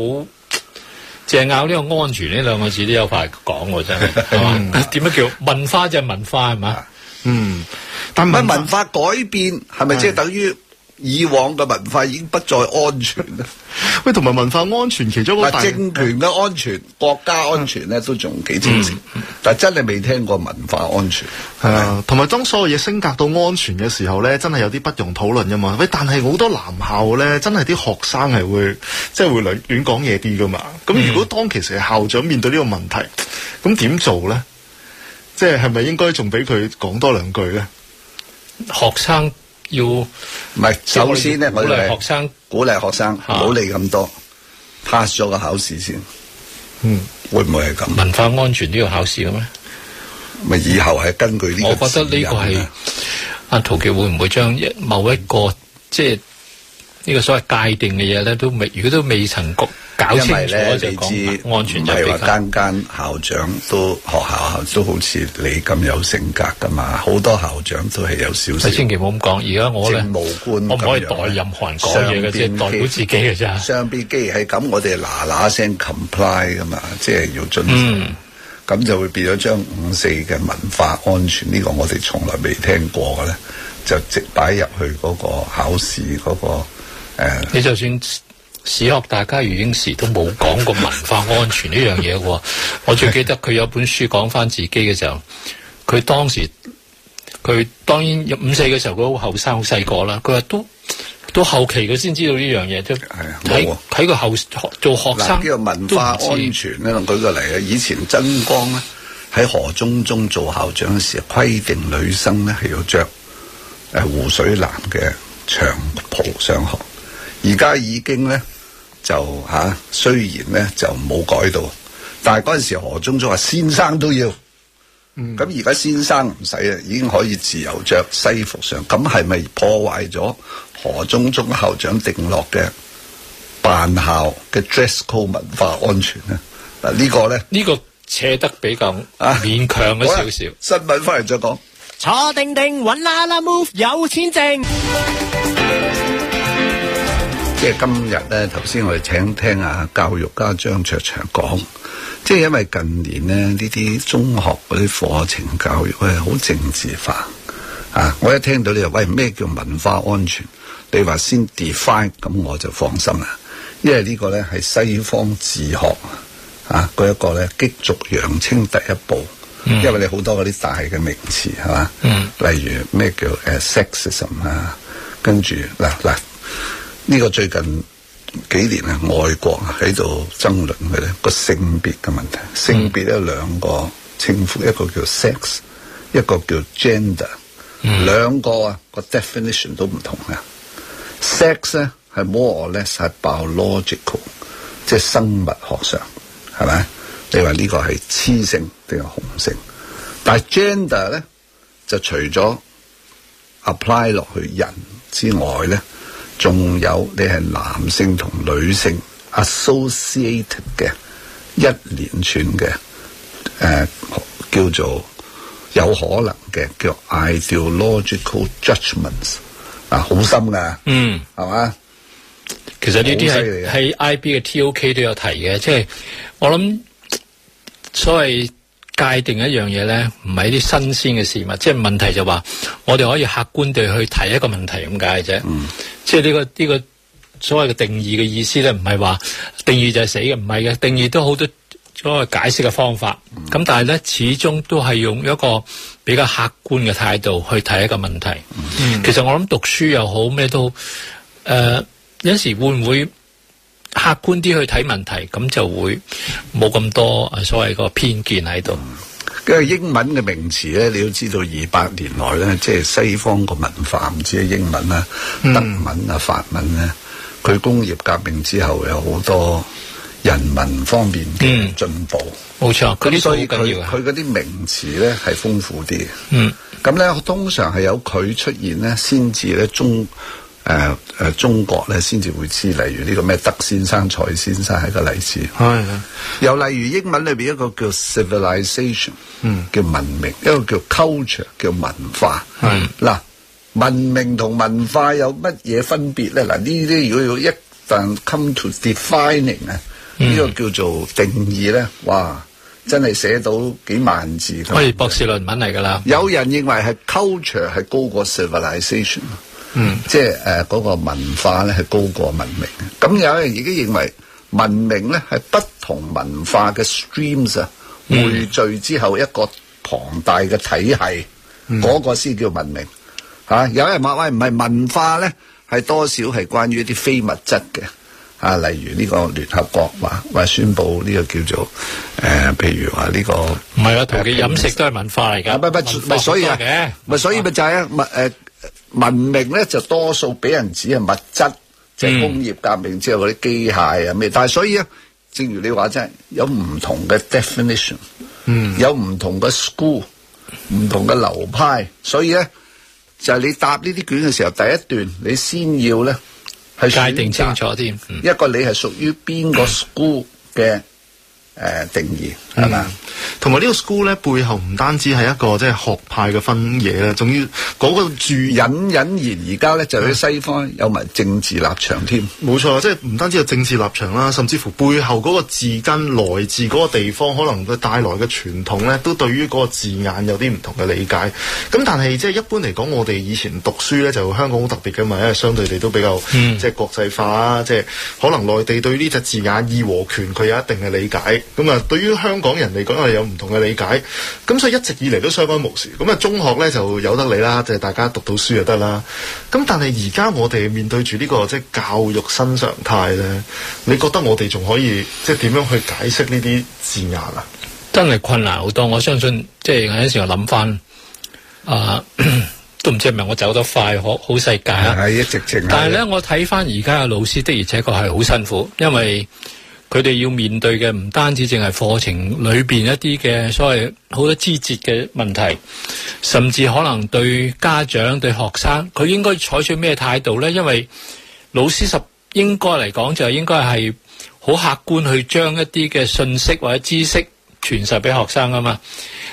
[SPEAKER 1] 淨係拗呢個安全呢兩個字都有排講喎，真係係
[SPEAKER 4] 嗯
[SPEAKER 1] 嘛。點樣叫文化就係文化係嘛？
[SPEAKER 4] 啊
[SPEAKER 5] 但
[SPEAKER 4] 乜
[SPEAKER 5] 文
[SPEAKER 4] 文化改變係咪即係等於以往嘅文化已經不再安全咧？
[SPEAKER 5] 喂同埋文化安全其中一個大
[SPEAKER 4] 嗱，政權嘅安全、國家安全咧都仲幾清
[SPEAKER 1] 嗯
[SPEAKER 4] 晰，但真係未聽過文化安全。
[SPEAKER 5] 係啊，同埋當所有嘢升格到安全嘅時候咧，真係有啲不容討論噶嘛。喂，但係好多男校咧，真係啲學生係會即係會亂亂講嘢啲噶嘛。咁如果當其時係校長面對呢個問題，咁點做咧？即係係咪應該仲俾佢講多兩句咧？
[SPEAKER 1] 學生要
[SPEAKER 4] 唔係，首先咧，
[SPEAKER 1] 鼓
[SPEAKER 4] 我哋
[SPEAKER 1] 勵
[SPEAKER 4] 係
[SPEAKER 1] 學生
[SPEAKER 4] 鼓勵學生，唔
[SPEAKER 1] 嚇
[SPEAKER 4] 好理咁多，pass 咗個考試先。
[SPEAKER 5] 嗯，
[SPEAKER 4] 會唔會係咁？
[SPEAKER 1] 文化安全都要考試嘅咩？
[SPEAKER 4] 咪以後係根據呢個
[SPEAKER 1] 我覺得呢個
[SPEAKER 4] 指引
[SPEAKER 1] 係
[SPEAKER 4] 啊
[SPEAKER 1] 阿陶傑會唔會將一某一個即係呢個所謂界定嘅嘢咧，都未如果都未曾搞搞清
[SPEAKER 4] 因為
[SPEAKER 1] 楚
[SPEAKER 4] 咧，
[SPEAKER 1] 就
[SPEAKER 4] 你知
[SPEAKER 1] 講安全
[SPEAKER 4] 唔
[SPEAKER 1] 就
[SPEAKER 4] 係
[SPEAKER 1] 比
[SPEAKER 4] 話
[SPEAKER 1] 較
[SPEAKER 4] 間間校長都學校都好似你咁有性格噶嘛？好多校長都係有少少
[SPEAKER 1] 你千祈唔好咁講。而家我咧
[SPEAKER 4] 政務官咁樣，
[SPEAKER 1] 我唔可以代任何人講嘢嘅，即係代表自己嘅
[SPEAKER 4] 啫。
[SPEAKER 1] 啫。
[SPEAKER 4] 上邊既然係咁，我哋嗱嗱聲 comply 噶嘛，即係要遵守。
[SPEAKER 1] 嗯
[SPEAKER 4] 咁就會變咗將五四嘅文化安全呢、個我哋從來未聽過嘅咧，就直擺入去嗰個考試嗰、個、呃
[SPEAKER 1] 你就算史學大家余英時都冇講過文化安全呢樣嘢嘅 喎。我最記得佢有本書講翻自己嘅時候，佢當時佢當然五四嘅時候佢好後生好細個啦。佢話都到後期佢先知道呢樣嘢，即係
[SPEAKER 4] 啊冇
[SPEAKER 1] 喺
[SPEAKER 4] 啊
[SPEAKER 1] 喺個後做學
[SPEAKER 4] 嗱，
[SPEAKER 1] 生
[SPEAKER 4] 呢個文化
[SPEAKER 1] 都唔知
[SPEAKER 4] 安全咧，我舉個例啊，以前曾光咧喺何中中做校長嘅時候，規定女生咧係要着誒湖水藍嘅長袍上學，而家已經咧就嚇、啊雖然咧就冇改到，但係嗰陣時何中中話先生都要。咁而家先生唔使啊，已經可以自由着西服上，咁係咪破壞咗何中中校長定落嘅辦校嘅 dress code 文化安全呢？嗱，呢個咧
[SPEAKER 1] 呢個扯得比較
[SPEAKER 4] 啊
[SPEAKER 1] 勉強咗
[SPEAKER 4] 好啦
[SPEAKER 1] 少少。
[SPEAKER 4] 新聞翻嚟再講。
[SPEAKER 6] 坐定定揾啦啦 move 有錢剩。
[SPEAKER 4] 即係今日咧，頭先我哋請聽啊教育家張卓祥講，即係因為近年咧呢啲中學嗰啲課程教育咧好政治化啊！我一聽到你話喂咩叫文化安全，你話先 define 咁我就放心啦，因為呢個咧係西方自學啊嗰一個咧激濁揚清第一步。因為你好多嗰啲大嘅名詞係嘛，例如咩叫誒 sexism 啊，跟住嗱嗱呢個最近幾年啊，外國啊喺度爭論嘅咧個性別嘅問題，性別有兩個稱呼，一個叫 sex，一個叫 gender，、兩個啊個 definition 都唔同嘅。sex 咧係 more or less 係 biological，即係生物學上係咪？你話呢個係雌性定係雄性？但係 gender 咧就除咗 apply 落去人之外咧，仲有你係男性同女性 associated 嘅一連串嘅誒、呃叫做有可能嘅叫 ideological judgments 啊，好深噶，
[SPEAKER 1] 嗯，
[SPEAKER 4] 係嘛？
[SPEAKER 1] 其實呢啲
[SPEAKER 4] 好犀利
[SPEAKER 1] 係
[SPEAKER 4] 啊
[SPEAKER 1] 喺 IB 嘅 TOK 都有提嘅，即係我諗所謂界定一樣嘢咧，唔係啲新鮮嘅事物，即係問題就話我哋可以客觀地去提一個問題咁解啫。
[SPEAKER 4] 嗯
[SPEAKER 1] 即係呢、個呢、個所謂嘅定義嘅意思咧，唔係話定義就係死嘅，唔係嘅，定義都好多所謂解釋嘅方法。
[SPEAKER 4] 嗯
[SPEAKER 1] 咁、但係咧，始終都係用一個比較客觀嘅態度去睇一個問題。
[SPEAKER 4] 嗯
[SPEAKER 1] 其實我諗讀書又好咩都好。誒、呃有時會唔會客觀啲去睇問題，咁就會冇咁多呃所謂個偏見喺度。
[SPEAKER 4] 嗯因為英文嘅名詞咧，你要知道二百年來咧，即係西方個文化，唔止係英文啦、
[SPEAKER 1] 嗯
[SPEAKER 4] 德文啊、法文咧，佢工業革命之後有好多人民方面嘅
[SPEAKER 1] 嗯
[SPEAKER 4] 進步，
[SPEAKER 1] 冇錯，佢
[SPEAKER 4] 咁
[SPEAKER 1] 啲好
[SPEAKER 4] 所以佢
[SPEAKER 1] 緊要啊。
[SPEAKER 4] 佢嗰啲名詞咧係豐富啲嘅。
[SPEAKER 1] 嗯，
[SPEAKER 4] 咁咧通常係有佢出現咧，先至咧中誒誒、呃中國咧先至會知，例如呢個咩德先生、蔡先生係一個例子。
[SPEAKER 5] 係
[SPEAKER 4] 又例如英文裏邊一個叫 civilization，叫文明；一個叫 culture，叫文化。嗱，文明同文化有乜嘢分別咧？嗱，呢啲如果要一旦 come to defining 啊，呢個叫做定義咧，哇，真係寫到幾萬字㗎。
[SPEAKER 1] 我哋博士論文嚟㗎啦。
[SPEAKER 4] 有人認為係 culture 係高過 civilization，嗯，即係誒嗰個文化咧係高過文明嘅。咁有人已經認為文明咧係不同文化嘅 streams 啊匯聚之後一個龐大嘅體系，嗰、個先叫文明。嚇、有人話喂唔係文化咧，係多少係關於一啲非物質嘅。啊，例如呢個聯合國話話宣布呢個叫做誒、呃譬如話呢、個
[SPEAKER 1] 唔係啊，同佢飲食都係文化嚟
[SPEAKER 4] 啊，
[SPEAKER 1] 㗎。
[SPEAKER 4] 咪咪咪所以啊
[SPEAKER 1] 嘅，，
[SPEAKER 4] 咪所以咪就係啊，咪誒文明咧就多數俾人指係物質，即
[SPEAKER 1] 嗯
[SPEAKER 4] 係工業革命之後嗰啲機械啊咩，但係所以啊，正如你話齋，有唔同嘅 definition，嗯，有唔同嘅 school，唔同嘅流派，所以咧啊就係你答呢啲卷嘅時候，第一段你先要咧係
[SPEAKER 1] 界定
[SPEAKER 4] 選擇
[SPEAKER 1] 清楚添。嗯
[SPEAKER 4] 一個你係屬於邊個 school 嘅誒定義
[SPEAKER 1] 嗯
[SPEAKER 4] 係啊嘛？
[SPEAKER 5] 同埋呢個 school 咧背後唔單止係一個即係學派嘅分野啦，仲要嗰個住人。
[SPEAKER 4] 隱隱然而家咧，就喺西方有埋政治立場添。
[SPEAKER 5] 冇錯，即係唔單止有政治立場啦，甚至乎背後嗰個字根來自嗰個地方，可能佢帶來嘅傳統咧，都對於嗰個字眼有啲唔同嘅理解。咁但係即係一般嚟講，我哋以前讀書咧，就香港好特別嘅嘛，因為相對地都比較、即係國際化啊，即係可能內地對呢隻字眼義和拳佢有一定嘅理解，咁啊對於香港人嚟講係有唔同嘅理解，咁所以一直以嚟都相安無事。咁啊中學咧就有得你啦，即係大家讀到書就得啦。咁但係而家我哋面對住呢、個即係教育新常態咧，你覺得我哋仲可以即係點樣去解釋呢啲字眼啊？
[SPEAKER 1] 真係困難好多。我相信即係有陣時我諗翻，啊、 都唔知係咪我走得快，好好世界啊。
[SPEAKER 4] 係一直情。
[SPEAKER 1] 但係咧，我睇翻而家嘅老師的而且確係好辛苦，因為佢哋要面對嘅唔單止淨係課程裏邊一啲嘅所謂好多枝節嘅問題，甚至可能對家長、對學生，佢應該採取咩態度呢？因為老師十應該嚟講就應該係好客觀去將一啲嘅信息或者知識傳授俾學生啊嘛。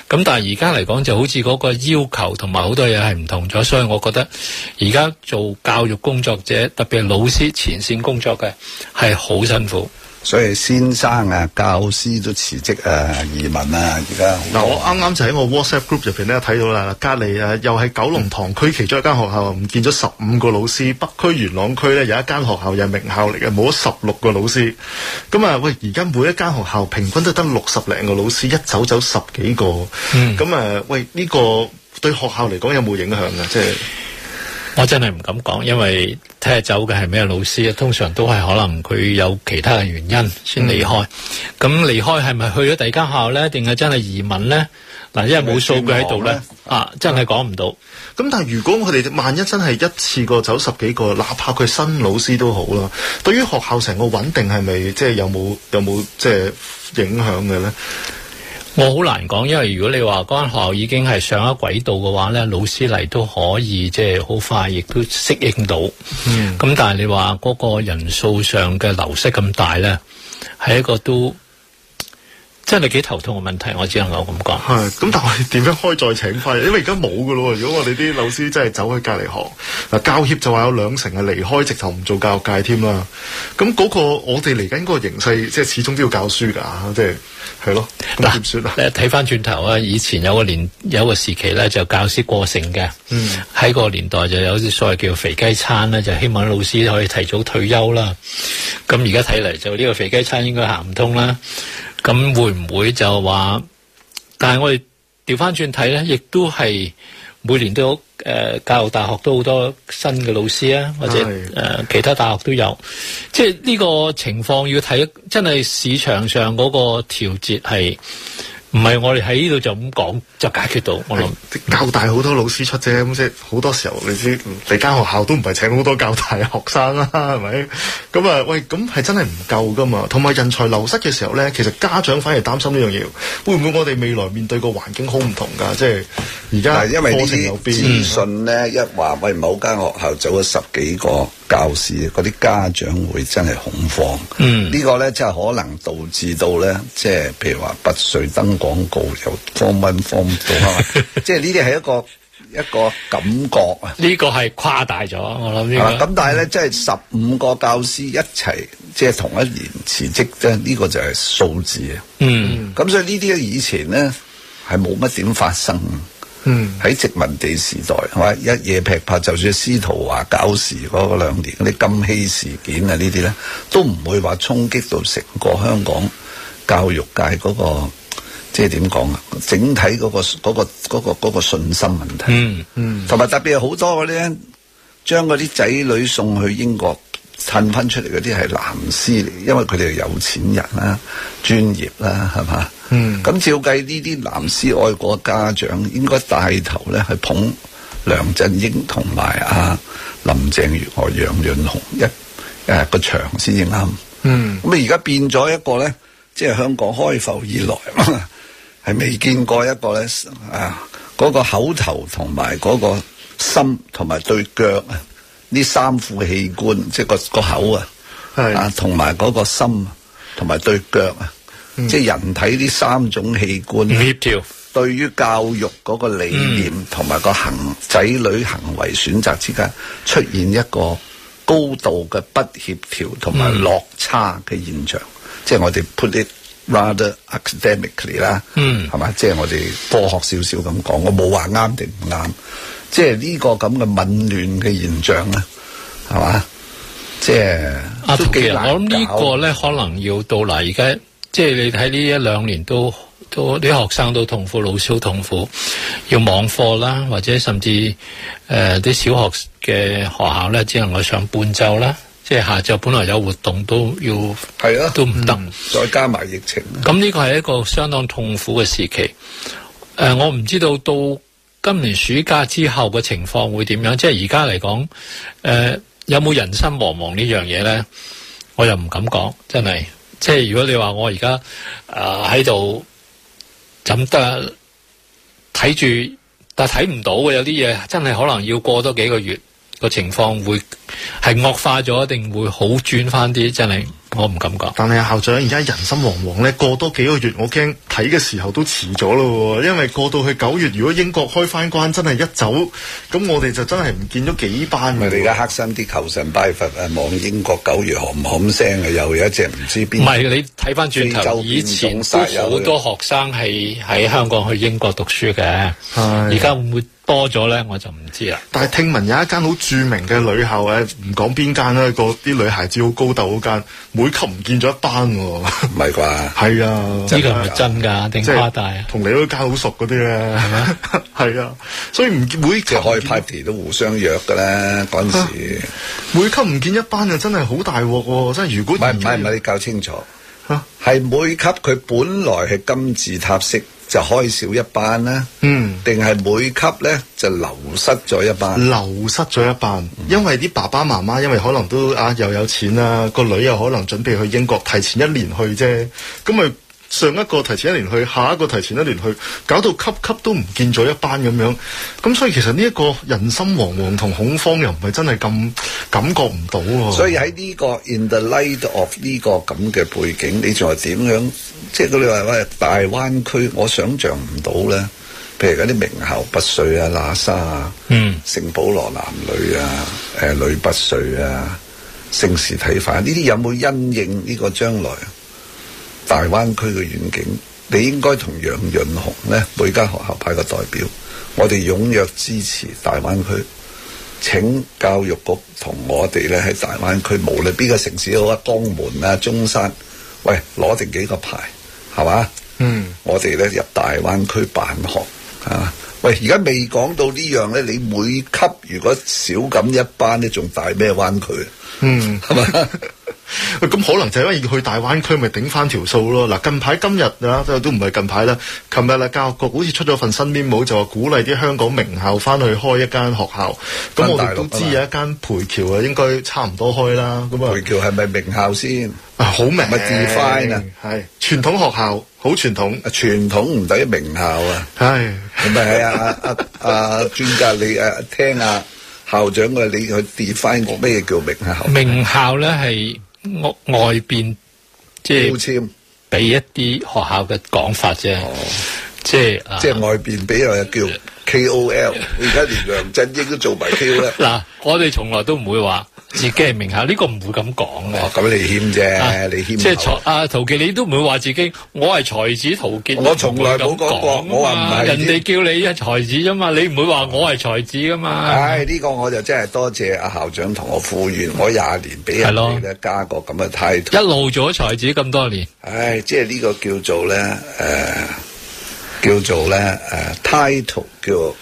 [SPEAKER 1] 咁但係而家嚟講就好似嗰個要求同埋好多嘢係唔同咗，所以我覺得而家做教育工作者，特別係老師前線工作嘅係好辛苦。
[SPEAKER 4] 所以先生啊、教師都辭職啊、移民啊，而家好
[SPEAKER 5] 嗱，我啱啱就喺我 WhatsApp group 入邊咧睇到啦，隔離啊又係九龍塘區其中一間學校唔見咗十五個老師，北區元朗區咧有一間學校又係名校嚟嘅，冇咗十六個老師。咁啊，喂，而家每一間學校平均都得六十零個老師，一走走十幾個。咁、啊，喂，呢、個對學校嚟講有冇影響啊？即係
[SPEAKER 1] 我真係唔敢講，因為聽日走嘅係咩老師啊？通常都係可能佢有其他嘅原因先離開。咁、離開係咪去咗第二間學校呢？定係真係移民呢？嗱，因為冇數據喺度呢，啊，真係講唔到。
[SPEAKER 5] 咁，但係如果我哋萬一真係一次過走十幾個，哪怕佢新老師都好啦，對於學校成個穩定係咪即係有冇有冇即係影響嘅咧？
[SPEAKER 1] 我好難講，因為如果你話嗰間學校已經係上咗軌道嘅話咧，老師嚟都可以即係好快，亦都適應到。咁、但係你話嗰個人數上嘅流失咁大咧，係一個都真係幾頭痛嘅問題。我只能夠咁講。
[SPEAKER 5] 係，咁但係我哋點樣可以再請翻？因為而家冇噶咯喎。如果我哋啲老師真係走去隔離行，嗱教協就話有兩成係離開，直頭唔做教育界添啦。咁嗰個我哋嚟緊嗰個形勢，即係始終都要教書㗎，即係係咯。咁點算啊？
[SPEAKER 1] 你呃睇翻轉頭啊，以前有個年有個時期咧，就教師過剩嘅，喺、個年代就有啲所謂叫肥雞餐咧，就希望老師可以提早退休啦。咁而家睇嚟就呢個肥雞餐應該行唔通啦。咁會唔會就話？但係我哋調翻轉睇咧，亦都係每年都有誒、呃教育大學都好多新嘅老師啊，或者誒
[SPEAKER 5] 係、
[SPEAKER 1] 其他大學都有，即係呢個情況要睇，真係市場上嗰個調節係唔係我哋喺呢度就咁講就解決到？我諗
[SPEAKER 4] 嗯
[SPEAKER 5] 教大好多老師出啫，咁即係好多時候你知，你間學校都唔係請好多教大學生啦，係咪？咁啊，喂，咁係真係唔夠噶嘛？同埋人才流失嘅時候咧，其實家長反而擔心呢樣嘢，會唔會我哋未來面對個環境好唔同㗎？即係而
[SPEAKER 4] 但係
[SPEAKER 5] 家
[SPEAKER 4] 因為呢
[SPEAKER 5] 課程有
[SPEAKER 4] 啲
[SPEAKER 5] 變，
[SPEAKER 4] 資訊咧，一話喂某間學校走咗十幾個教師，嗰啲家長會真係恐慌。
[SPEAKER 1] 嗯
[SPEAKER 4] 呢個咧真係可能導致到咧，即係譬如話拔萃登廣告由 form one form two 啊嘛，即係呢啲係一個一個感覺啊。
[SPEAKER 1] 呢個係誇大咗，我諗
[SPEAKER 4] 係嘛
[SPEAKER 1] 呢個
[SPEAKER 4] 咁但係咧，即係十五個教師一齊，即係同一年辭職咧，呢、個就係數字啊。
[SPEAKER 1] 嗯
[SPEAKER 4] 咁所以呢啲以前咧係冇乜點發生。
[SPEAKER 5] 嗯，
[SPEAKER 4] 喺殖民地時代，係嘛一夜劈拍，就算司徒華搞事嗰兩年嗰啲金禧事件啊，呢啲咧都唔會話衝擊到成個香港教育界嗰、個，即係點講啊？整體嗰、個嗰、個嗰、個嗰、個信心問題。
[SPEAKER 1] 嗯
[SPEAKER 4] 同埋特別係好多嗰啲咧，將嗰啲仔女送去英國褪翻出嚟嗰啲係藍絲嚟，因為佢哋係有錢人啦、專業啦，係嘛？嗯，咁照計呢啲藍絲愛國家長應該帶頭咧去捧梁振英同埋阿林鄭月娥、楊潤雄一誒個場先至啱。嗯，咁而家變咗一個咧，即係香港開埠以來。係未見過一個咧啊，嗰、個口頭同埋嗰個心同埋對腳啊，呢三副器官，即係個個口啊，
[SPEAKER 5] 係
[SPEAKER 4] 啊同埋嗰個心同埋對腳啊，即係人體呢三種器官
[SPEAKER 1] 唔。協調，
[SPEAKER 4] 對於教育嗰個理念同埋個行仔女行為選擇之間出現一個高度嘅不協調同埋
[SPEAKER 1] 嗯
[SPEAKER 4] 落差嘅現象，即係我哋 put it rather academically 啦，
[SPEAKER 1] 嗯
[SPEAKER 4] 係嘛？即係我哋科學少少咁講，我冇話啱定唔啱，即係呢個咁嘅紊亂嘅現象咧，係嘛？即係
[SPEAKER 1] 阿
[SPEAKER 4] 都
[SPEAKER 1] 陶
[SPEAKER 4] 幾
[SPEAKER 1] 傑，啊我諗
[SPEAKER 4] 難
[SPEAKER 1] 呢
[SPEAKER 4] 搞
[SPEAKER 1] 個。咧可能要到嗱，而家即係你睇呢一兩年都都啲學生都痛苦，老師好痛苦，要網課啦，或者甚至呃誒啲、小學嘅學校咧，只能夠上半晝啦，即係下晝本來有活動都要
[SPEAKER 4] 係啊
[SPEAKER 1] 都唔得。
[SPEAKER 4] 再加埋疫情，
[SPEAKER 1] 咁呢個係一個相當痛苦嘅時期。誒、我唔知道到今年暑假之後嘅情況會點樣，即係而家嚟講，誒、有冇人心惶惶呢樣嘢呢？我又唔敢講，真係即係如果你話我而家啊喺度咁得睇住，但係睇唔到嘅有啲嘢真係可能要過多幾個月個情況會係惡化咗，定會好轉翻啲？真係我唔敢講。
[SPEAKER 5] 但係校長而家人心惶惶咧，過多幾個月我驚睇嘅時候都遲咗咯喎，因為過到去九月，如果英國開翻關，真係一走，咁我哋就真係唔見咗幾班
[SPEAKER 4] 咪
[SPEAKER 5] 㗎
[SPEAKER 4] 你而家黑心啲求神拜佛啊，望英國九月冚冚聲啊，又有一隻唔知邊
[SPEAKER 1] 唔係你睇翻轉
[SPEAKER 4] 非洲
[SPEAKER 1] 頭，
[SPEAKER 4] 變
[SPEAKER 1] 以前
[SPEAKER 4] 種
[SPEAKER 1] 都
[SPEAKER 4] 曬有
[SPEAKER 1] 好多學生係喺香港去英國讀書嘅，而家會唔會多咗咧？我就唔知啦。
[SPEAKER 5] 但係聽聞有一間好著名嘅女校誒，唔講邊間啦，個啲女孩子好高竇嗰間，每級唔見咗一班喎。
[SPEAKER 4] 唔係啩？
[SPEAKER 5] 係啊，
[SPEAKER 1] 呢個係咪真㗎？定
[SPEAKER 5] 即
[SPEAKER 1] 誇大啊
[SPEAKER 5] 係？同你嗰間好熟嗰啲咧， 係啊，所以唔見每
[SPEAKER 4] 即
[SPEAKER 5] 級
[SPEAKER 4] 係
[SPEAKER 5] 唔
[SPEAKER 4] 開
[SPEAKER 5] 見
[SPEAKER 4] party 都互相約㗎啦，嗰陣時
[SPEAKER 5] 每級唔見一班就真係好大鑊喎！真係如果
[SPEAKER 4] 唔係唔係唔係，
[SPEAKER 5] 係
[SPEAKER 4] 你搞清楚
[SPEAKER 5] 嚇，
[SPEAKER 4] 係每級佢本來係金字塔式就開少一班啦，
[SPEAKER 5] 嗯，
[SPEAKER 4] 定係每級咧就流失咗一班。
[SPEAKER 5] 流失咗一班，因為啲爸爸媽媽因為可能都啊又有錢啦，個女又可能準備去英國提前一年去啫，咁咪上一個提前一年去，下一個提前一年去，搞到級級都唔見咗一班咁樣，咁所以其實呢一個人心惶惶同恐慌又唔係真係咁感覺唔到喎。
[SPEAKER 4] 所以喺呢、個 in the light of 呢個咁嘅背景，你仲係點樣？即係佢哋話喂大灣區，我想象唔到咧。譬如嗰啲名校拔萃啊、喇沙啊、
[SPEAKER 1] 嗯、
[SPEAKER 4] 聖保羅男女啊、誒、女拔萃啊、聖士體化啊呢啲有冇因應呢個將來大灣區嘅遠景？你應該同楊潤雄咧，每間學校派個代表，我哋踴躍支持大灣區。請教育局同我哋咧喺大灣區，無論邊個城市都好啊，江門啊、中山，喂，攞定幾個牌，係嘛？嗯，我哋咧入大灣區辦學啊！喂，而家未講到呢樣咧，你每級如果少咁一班咧，仲大咩灣區啊？
[SPEAKER 5] 嗯，
[SPEAKER 4] 係嘛？
[SPEAKER 5] 咁可能就係因為要去大灣區，咪頂翻條數咯。嗱，近排今日啊，都都唔係近排啦，琴日啦，教育局好似出咗份新 memo，就話鼓勵啲香港名校翻去開一間學校。咁
[SPEAKER 4] 返
[SPEAKER 5] 我
[SPEAKER 4] 大陸
[SPEAKER 5] 哋都知
[SPEAKER 4] 啊嘛
[SPEAKER 5] 有一間培僑啊，應該差唔多開啦。咁
[SPEAKER 4] 培
[SPEAKER 5] 啊，
[SPEAKER 4] 僑係咪名校先？
[SPEAKER 5] 啊好明
[SPEAKER 4] 咪 define 啊，
[SPEAKER 5] 係傳統學校，好傳統。
[SPEAKER 4] 啊，傳統唔等於名校啊！
[SPEAKER 5] 唉，
[SPEAKER 4] 咁咪係啊啊啊啊！專家你誒、啊、聽啊校長嘅，你去 define 咩叫名校？
[SPEAKER 1] 名校咧係外外邊
[SPEAKER 4] 標
[SPEAKER 1] 即係
[SPEAKER 4] 籤。
[SPEAKER 1] 俾一啲學校嘅講法啫，即係啊
[SPEAKER 4] 即係外邊俾人叫 KOL，而家連梁振英都做埋 K 啦。
[SPEAKER 1] 嗱，我哋從來都唔會話自己係名校，呢、個唔會咁講嘅
[SPEAKER 4] 哦，。咁你謙
[SPEAKER 1] 啊
[SPEAKER 4] 啫，哎你謙。
[SPEAKER 1] 即係財啊，陶傑，你都唔會話自己我係才子陶傑。
[SPEAKER 4] 我從來冇講過
[SPEAKER 1] 你唔會咁
[SPEAKER 4] 我話唔係
[SPEAKER 1] 啊人哋
[SPEAKER 4] 添
[SPEAKER 1] 叫你係才子啫嘛，你唔會話我係才子噶嘛。
[SPEAKER 4] 唉，呢個我就真係多謝阿校長同我呼籲，我廿年俾
[SPEAKER 1] 係
[SPEAKER 4] 人
[SPEAKER 1] 咯
[SPEAKER 4] 哋咧加個咁嘅態
[SPEAKER 1] 一
[SPEAKER 4] 度。
[SPEAKER 1] 路做咗才子咁多年，
[SPEAKER 4] 唉，即係呢個叫做咧誒，叫做咧誒 title 叫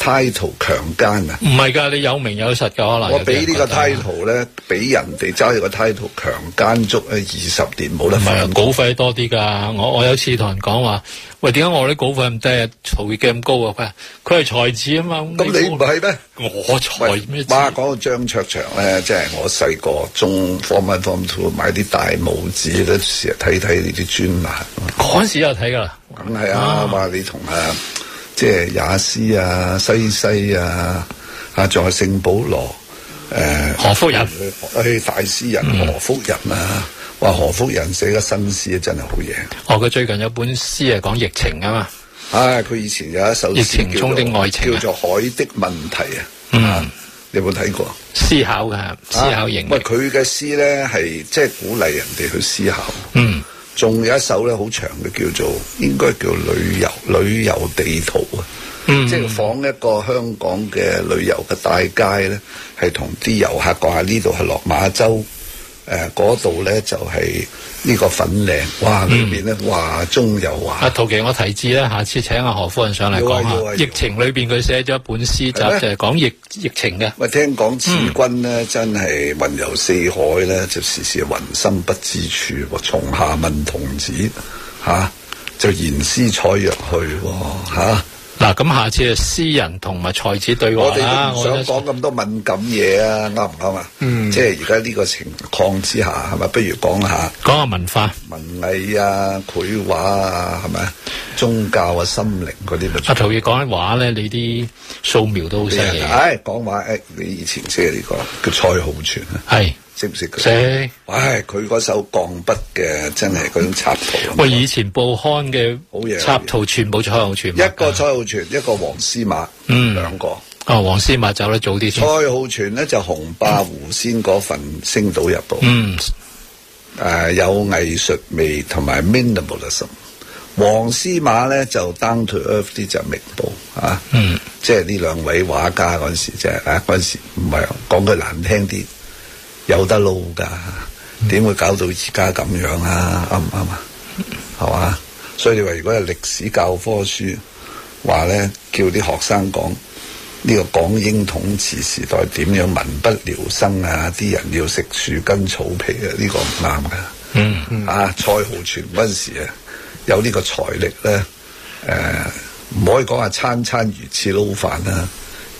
[SPEAKER 4] title 強姦啊！
[SPEAKER 1] 唔係㗎，你有名有實㗎，可能
[SPEAKER 4] 我
[SPEAKER 1] 啊有啲
[SPEAKER 4] 俾
[SPEAKER 1] 人
[SPEAKER 4] 呢個
[SPEAKER 1] 覺得
[SPEAKER 4] title 咧，俾人哋揸住個 title 強姦足咧二十年冇得
[SPEAKER 1] 唔係啊
[SPEAKER 4] 翻，
[SPEAKER 1] 稿費多啲㗎。我我有次同人講話，喂，點解我啲稿費咁低啊？陶傑嘅咁高啊？佢話佢係才子啊嘛。
[SPEAKER 4] 咁你唔係咩？
[SPEAKER 1] 我才咩子？
[SPEAKER 4] 哇！講到張卓祥咧，即係我細個中 form one form two 買啲大拇指都成日睇睇呢啲專欄，
[SPEAKER 1] 嗰陣時有睇㗎啦。
[SPEAKER 4] 梗係啊！話你同啊，即係也斯啊、西西啊、啊仲有聖保羅誒、
[SPEAKER 1] 何福仁
[SPEAKER 4] 誒大詩人
[SPEAKER 1] 嗯
[SPEAKER 4] 何福仁啊，話何福仁寫嘅新詩啊真係好嘢。
[SPEAKER 1] 哦，佢最近有本詩係講疫情啊嘛。
[SPEAKER 4] 啊！佢以前有一首
[SPEAKER 1] 疫
[SPEAKER 4] 詩
[SPEAKER 1] 情
[SPEAKER 4] 叫
[SPEAKER 1] 中的
[SPEAKER 4] 做
[SPEAKER 1] 愛情啊
[SPEAKER 4] 叫做《海的問題》啊，
[SPEAKER 1] 嗯，
[SPEAKER 4] 你有冇睇過？
[SPEAKER 1] 思考㗎，思考型
[SPEAKER 4] 啊
[SPEAKER 1] 嘅。
[SPEAKER 4] 喂，佢嘅詩咧係即係鼓勵人哋去思考。
[SPEAKER 1] 嗯，
[SPEAKER 4] 仲有一首咧好長嘅叫做應該叫旅遊旅遊地圖啊，
[SPEAKER 1] 嗯
[SPEAKER 4] 即係仿一個香港嘅旅遊嘅大街咧，係同啲遊客講下呢度係落馬洲。誒嗰度咧就係呢個粉嶺，哇！裏面咧話中有
[SPEAKER 1] 阿
[SPEAKER 4] 話，
[SPEAKER 1] 陶琪，我提議咧，下次請阿何夫人上嚟講
[SPEAKER 4] 要啊要啊
[SPEAKER 1] 下
[SPEAKER 4] 要
[SPEAKER 1] 疫情裏邊佢寫咗一本詩集，就
[SPEAKER 4] 係咩
[SPEAKER 1] 係講疫疫情嘅。
[SPEAKER 4] 喂，聽講此君咧真係雲遊四海咧，就時時雲深不知處喎。松下問童子嚇、就言師採藥去喎、嚇
[SPEAKER 1] 嗱、嗱，咁下次就私人同埋才子對
[SPEAKER 4] 我
[SPEAKER 1] 話
[SPEAKER 4] 哋
[SPEAKER 1] 啦。
[SPEAKER 4] 都唔想
[SPEAKER 1] 覺得
[SPEAKER 4] 講咁多敏感嘢啊，啱唔啱啊？即係而家呢個情況之下，係咪不如講下
[SPEAKER 1] 講下文化。
[SPEAKER 4] 文藝啊、繪畫啊，係咪啊宗教啊、心靈嗰啲咪
[SPEAKER 1] 阿陶傑講起畫咧，你啲素描都好犀利
[SPEAKER 4] 咩啊？。唉，講話誒，你以前識呢個叫蔡浩全啊，
[SPEAKER 1] 係
[SPEAKER 4] 識唔識佢？
[SPEAKER 1] 識。
[SPEAKER 4] 唉，佢嗰手鋼筆嘅真係嗰種插圖啊。
[SPEAKER 1] 喂，以前報刊
[SPEAKER 4] 好嘢
[SPEAKER 1] 嘅插圖全部蔡浩全啊畫㗎。
[SPEAKER 4] 一個蔡浩全，一個黃司馬，
[SPEAKER 1] 嗯
[SPEAKER 4] 兩個。
[SPEAKER 1] 哦，黃絲襪走得早啲
[SPEAKER 4] 蔡
[SPEAKER 1] 先。
[SPEAKER 4] 浩全咧就紅霸湖先嗰份《星島日報》
[SPEAKER 1] 嗯，
[SPEAKER 4] 誒、有藝術味同埋 minimalism。黃司馬咧就 down to earth 啲就明報啊，
[SPEAKER 1] 嗯
[SPEAKER 4] 即係呢兩位畫家嗰陣時即係啊嗰陣時唔係講句難聽啲，有得撈㗎，
[SPEAKER 1] 嗯
[SPEAKER 4] 點會搞到而家咁樣啊？啱唔啱啊？係嘛？所以你話如果係歷史教科書話咧，叫啲學生講呢個港英統治時代點樣民不聊生啊，啲人要食樹根草皮啊，呢、個唔啱㗎。
[SPEAKER 1] 嗯。
[SPEAKER 4] 啊，蔡浩全嗰陣時啊，有呢個財力咧，誒、唔可以講話餐餐如此撈飯啦，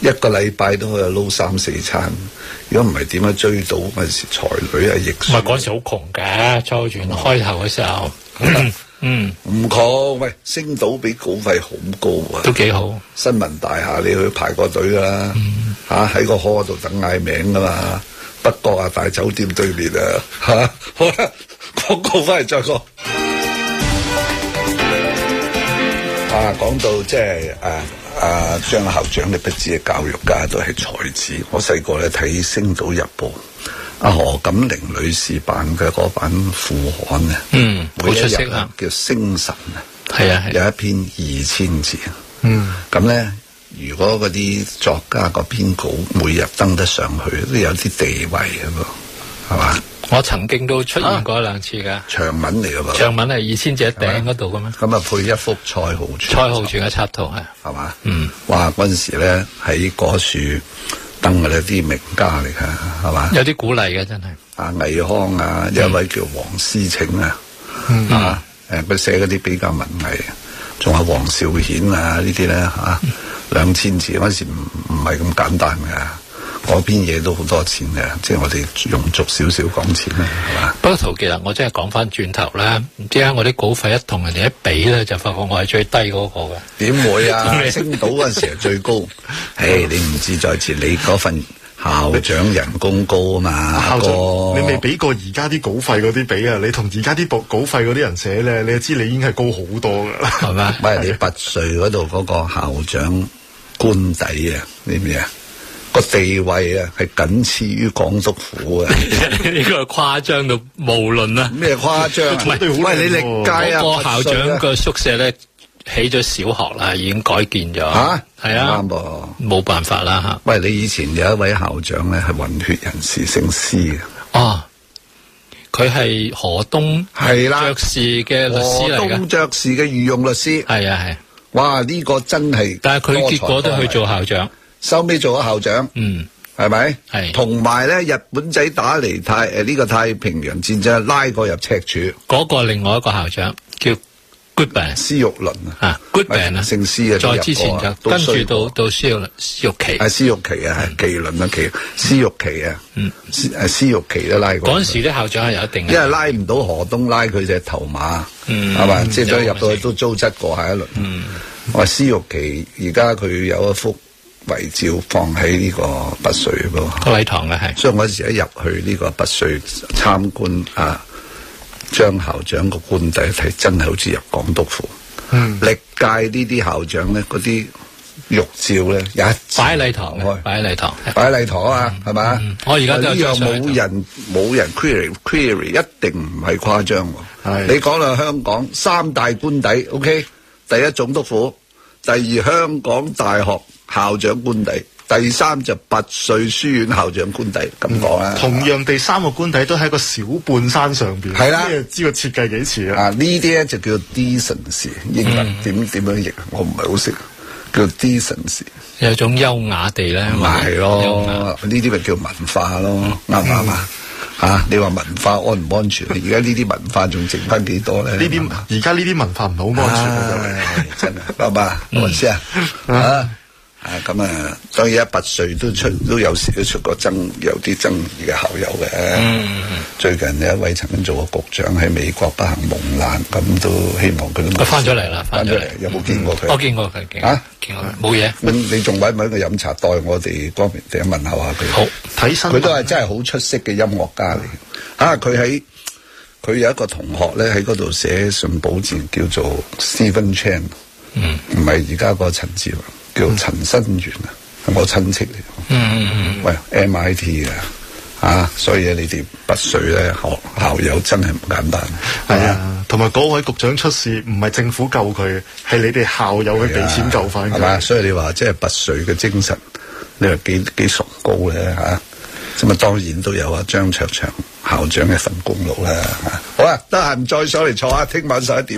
[SPEAKER 4] 一個禮拜都可以撈三四餐，如果唔係點樣追到嗰陣時才女啊逆
[SPEAKER 1] 唔係
[SPEAKER 4] 水？
[SPEAKER 1] 嗰陣時好窮嘅，蔡浩
[SPEAKER 4] 哦
[SPEAKER 1] 全開頭嘅時候，嗯，
[SPEAKER 4] 唔講，喂，星島俾稿費好高啊！
[SPEAKER 1] 都幾好。
[SPEAKER 4] 新聞大廈你去排個隊噶啦，
[SPEAKER 1] 嗯
[SPEAKER 4] 嚇喺、個 hall 度等嗌名噶嘛，北角啊大酒店對面啊，嚇、好啦，廣告翻嚟再講。啊，講到即係誒啊張校長，你不知係教育家都係才子。我細個咧睇《星島日報》，阿何錦玲女士辦嘅嗰版副刊啊，
[SPEAKER 1] 嗯
[SPEAKER 4] 每一
[SPEAKER 1] 好出色
[SPEAKER 4] 日
[SPEAKER 1] 啊
[SPEAKER 4] 叫星辰啊。
[SPEAKER 1] 係啊，係啊
[SPEAKER 4] 有一篇二千字。嗯，咁咧，如果嗰啲作家個篇稿每日登得上去，都有啲地位嘅噃，係嘛？
[SPEAKER 1] 我曾經都出
[SPEAKER 4] 啊
[SPEAKER 1] 現過一兩次㗎。
[SPEAKER 4] 長文嚟嘅噃。
[SPEAKER 1] 長文係二千隻頂嗰度嘅咩？
[SPEAKER 4] 咁啊，配一幅蔡浩全。
[SPEAKER 1] 蔡浩全嘅插圖係，
[SPEAKER 4] 係嘛？
[SPEAKER 1] 嗯，
[SPEAKER 4] 哇！嗰陣時咧喺嗰樹登嘅呢啲名家嚟㗎，係嘛？
[SPEAKER 1] 有啲鼓勵嘅真係。
[SPEAKER 4] 阿倪匡
[SPEAKER 5] 嗯
[SPEAKER 4] 啊，有一位叫黃思晴啊，啊，誒佢寫嗰啲比較文藝，仲有黃兆顯啊呢啲咧嚇，
[SPEAKER 5] 嗯
[SPEAKER 4] 兩千字嗰時唔唔係咁簡單嘅，嗰篇嘢都好多錢嘅，即係我哋用俗少少講錢啦，係嘛？
[SPEAKER 1] 不過陶傑啊，我真係講翻轉頭啦，唔知點解我啲稿費一同人哋一比咧，就發覺我係最低嗰個嘅。
[SPEAKER 4] 點會 啊？升到嗰陣時係最 高，唉，你唔知在前，你嗰份校長人工高啊嘛，
[SPEAKER 5] 校長
[SPEAKER 4] 哥，
[SPEAKER 5] 你未俾過而家啲稿費嗰啲比啊？你同而家啲稿稿費嗰啲人寫咧，你就知你已經係高好多噶啦。
[SPEAKER 1] 係咪？
[SPEAKER 4] 唔 係你拔萃嗰度嗰個校長官邸啊，你知唔知啊？個地位啊，係僅次於港督府 啊！
[SPEAKER 1] 呢個誇張到無論啦。
[SPEAKER 4] 咩誇張啊？
[SPEAKER 5] 喂
[SPEAKER 4] 喂，你歷屆啊，
[SPEAKER 1] 嗰個校
[SPEAKER 4] 拔萃
[SPEAKER 1] 長
[SPEAKER 4] 啊
[SPEAKER 1] 個宿舍咧起咗小學啦，已經改建咗。
[SPEAKER 4] 嚇
[SPEAKER 1] 係啊
[SPEAKER 4] 啱，噃。
[SPEAKER 1] 冇辦法啦嚇。
[SPEAKER 4] 喂，你以前有一位校長咧係混血人士，姓施啊嘅，
[SPEAKER 1] 哦，佢係河東
[SPEAKER 4] 係啦
[SPEAKER 1] 爵士嘅律師嚟
[SPEAKER 4] 東
[SPEAKER 1] 㗎，
[SPEAKER 4] 爵士嘅御用律師。
[SPEAKER 1] 係啊係。
[SPEAKER 4] 哇！呢個真係，
[SPEAKER 1] 但係佢結果都去做，校長，
[SPEAKER 4] 收尾做咗校長。
[SPEAKER 1] 嗯，
[SPEAKER 4] 係咪？
[SPEAKER 1] 係
[SPEAKER 4] 同埋咧，日本仔打嚟太誒呢個太平洋戰爭，拉過入赤柱。
[SPEAKER 1] 嗰、個另外一個校長叫 Goodman
[SPEAKER 4] 施玉倫啊，
[SPEAKER 1] 啊，Goodman 啊，
[SPEAKER 4] 姓施啊，
[SPEAKER 1] 再之前
[SPEAKER 4] 都入
[SPEAKER 1] 就
[SPEAKER 4] 過啊
[SPEAKER 1] 跟住到嗯
[SPEAKER 4] 都衰過
[SPEAKER 1] 到施玉施玉琪
[SPEAKER 4] 啊，施玉琪啊，係麒麟啊，麒施玉琪啊，施誒施玉琪都拉過。
[SPEAKER 1] 嗯嗰陣時啲校長係有一定
[SPEAKER 4] 因為
[SPEAKER 1] 嘅，
[SPEAKER 4] 拉唔到河東，拉佢隻頭馬，
[SPEAKER 1] 嗯
[SPEAKER 4] 係嘛？即係再入到去都糟質過下一輪。我話施玉琪而家佢有一幅遺照放喺呢個拔萃嗰度。
[SPEAKER 1] 個禮堂嘅係，
[SPEAKER 4] 所以我嗰時一入去呢個拔萃參觀啊，張校長個官邸睇真係好似入港督府。
[SPEAKER 1] 嗯
[SPEAKER 4] 歷屆呢啲校長咧，嗰啲玉照咧，有一
[SPEAKER 1] 擺喺禮堂嘅，
[SPEAKER 4] 擺
[SPEAKER 1] 擺喺禮堂。
[SPEAKER 4] 擺禮堂啊，係嘛
[SPEAKER 1] 嗯？我而家都
[SPEAKER 4] 呢
[SPEAKER 1] 有張
[SPEAKER 4] 樣
[SPEAKER 1] 相喺度
[SPEAKER 4] 冇人冇人 query query，一定唔係誇張喎。
[SPEAKER 5] 係
[SPEAKER 4] 你講啦，香港三大官邸，OK，第一總督府，第二香港大學校長官邸，第三就拔萃書院校長官邸，咁講
[SPEAKER 1] 嗯
[SPEAKER 4] 啦。
[SPEAKER 5] 同樣地，三個官邸都喺個小半山上邊，
[SPEAKER 4] 係啦
[SPEAKER 5] 你就知個設計幾似啊？
[SPEAKER 4] 啊，呢啲咧就叫 decency，英
[SPEAKER 1] 嗯
[SPEAKER 4] 文點點樣譯？啊我唔係好識，叫 decency，
[SPEAKER 1] 有種優雅地咧，
[SPEAKER 4] 咪係
[SPEAKER 1] 優雅嗯
[SPEAKER 4] 咯，呢啲咪叫文化咯，啱唔啱啊？啊，你話文化安唔安全？而家呢啲文化仲剩翻幾多咧？
[SPEAKER 5] 呢啲而家呢啲文化唔係好安全嘅真係
[SPEAKER 4] 唉真係，爸爸，
[SPEAKER 1] 嗯
[SPEAKER 4] 我先啊，啊。啊，咁啊，當然一拔萃都出都有時都出過爭有啲爭議嘅校友嘅。
[SPEAKER 1] 嗯
[SPEAKER 4] 最近有一位曾經做過局長喺美國不幸蒙難，咁都希望佢都
[SPEAKER 1] 佢翻咗嚟啦
[SPEAKER 4] 翻
[SPEAKER 1] 翻
[SPEAKER 4] 咗嚟
[SPEAKER 1] 咗嚟，嗯
[SPEAKER 4] 有冇見過佢？
[SPEAKER 1] 我見過佢，見
[SPEAKER 4] 啊
[SPEAKER 1] 見過佢冇嘢。
[SPEAKER 4] 咁你仲揾唔揾個飲茶代我哋光明頂問候下佢？
[SPEAKER 1] 好，
[SPEAKER 5] 睇新
[SPEAKER 4] 佢都係啊
[SPEAKER 5] 聞
[SPEAKER 4] 真係好出色嘅音樂家嚟。啊，佢喺佢有一個同學咧喺嗰度寫信保薦，叫做 Stephen Chan，唔係而家個陳志宏，叫陳新元啊，係我親戚嚟。嗯嗯嗯喂，MIT 嘅。啊，所以你哋拔萃咧，學校友真係唔簡單。
[SPEAKER 5] 係啊，同埋嗰位局長出事唔係政府救佢，係你哋校友去俾錢救翻
[SPEAKER 4] 啊係嘛？
[SPEAKER 5] 佢。
[SPEAKER 4] 所以你話即係拔萃嘅精神，你話幾幾崇高嘅嚇。咁啊，當然都有啊，張卓祥校長嘅份功勞啦、嚇好啊，得閒再上嚟坐下，聽晚十一點。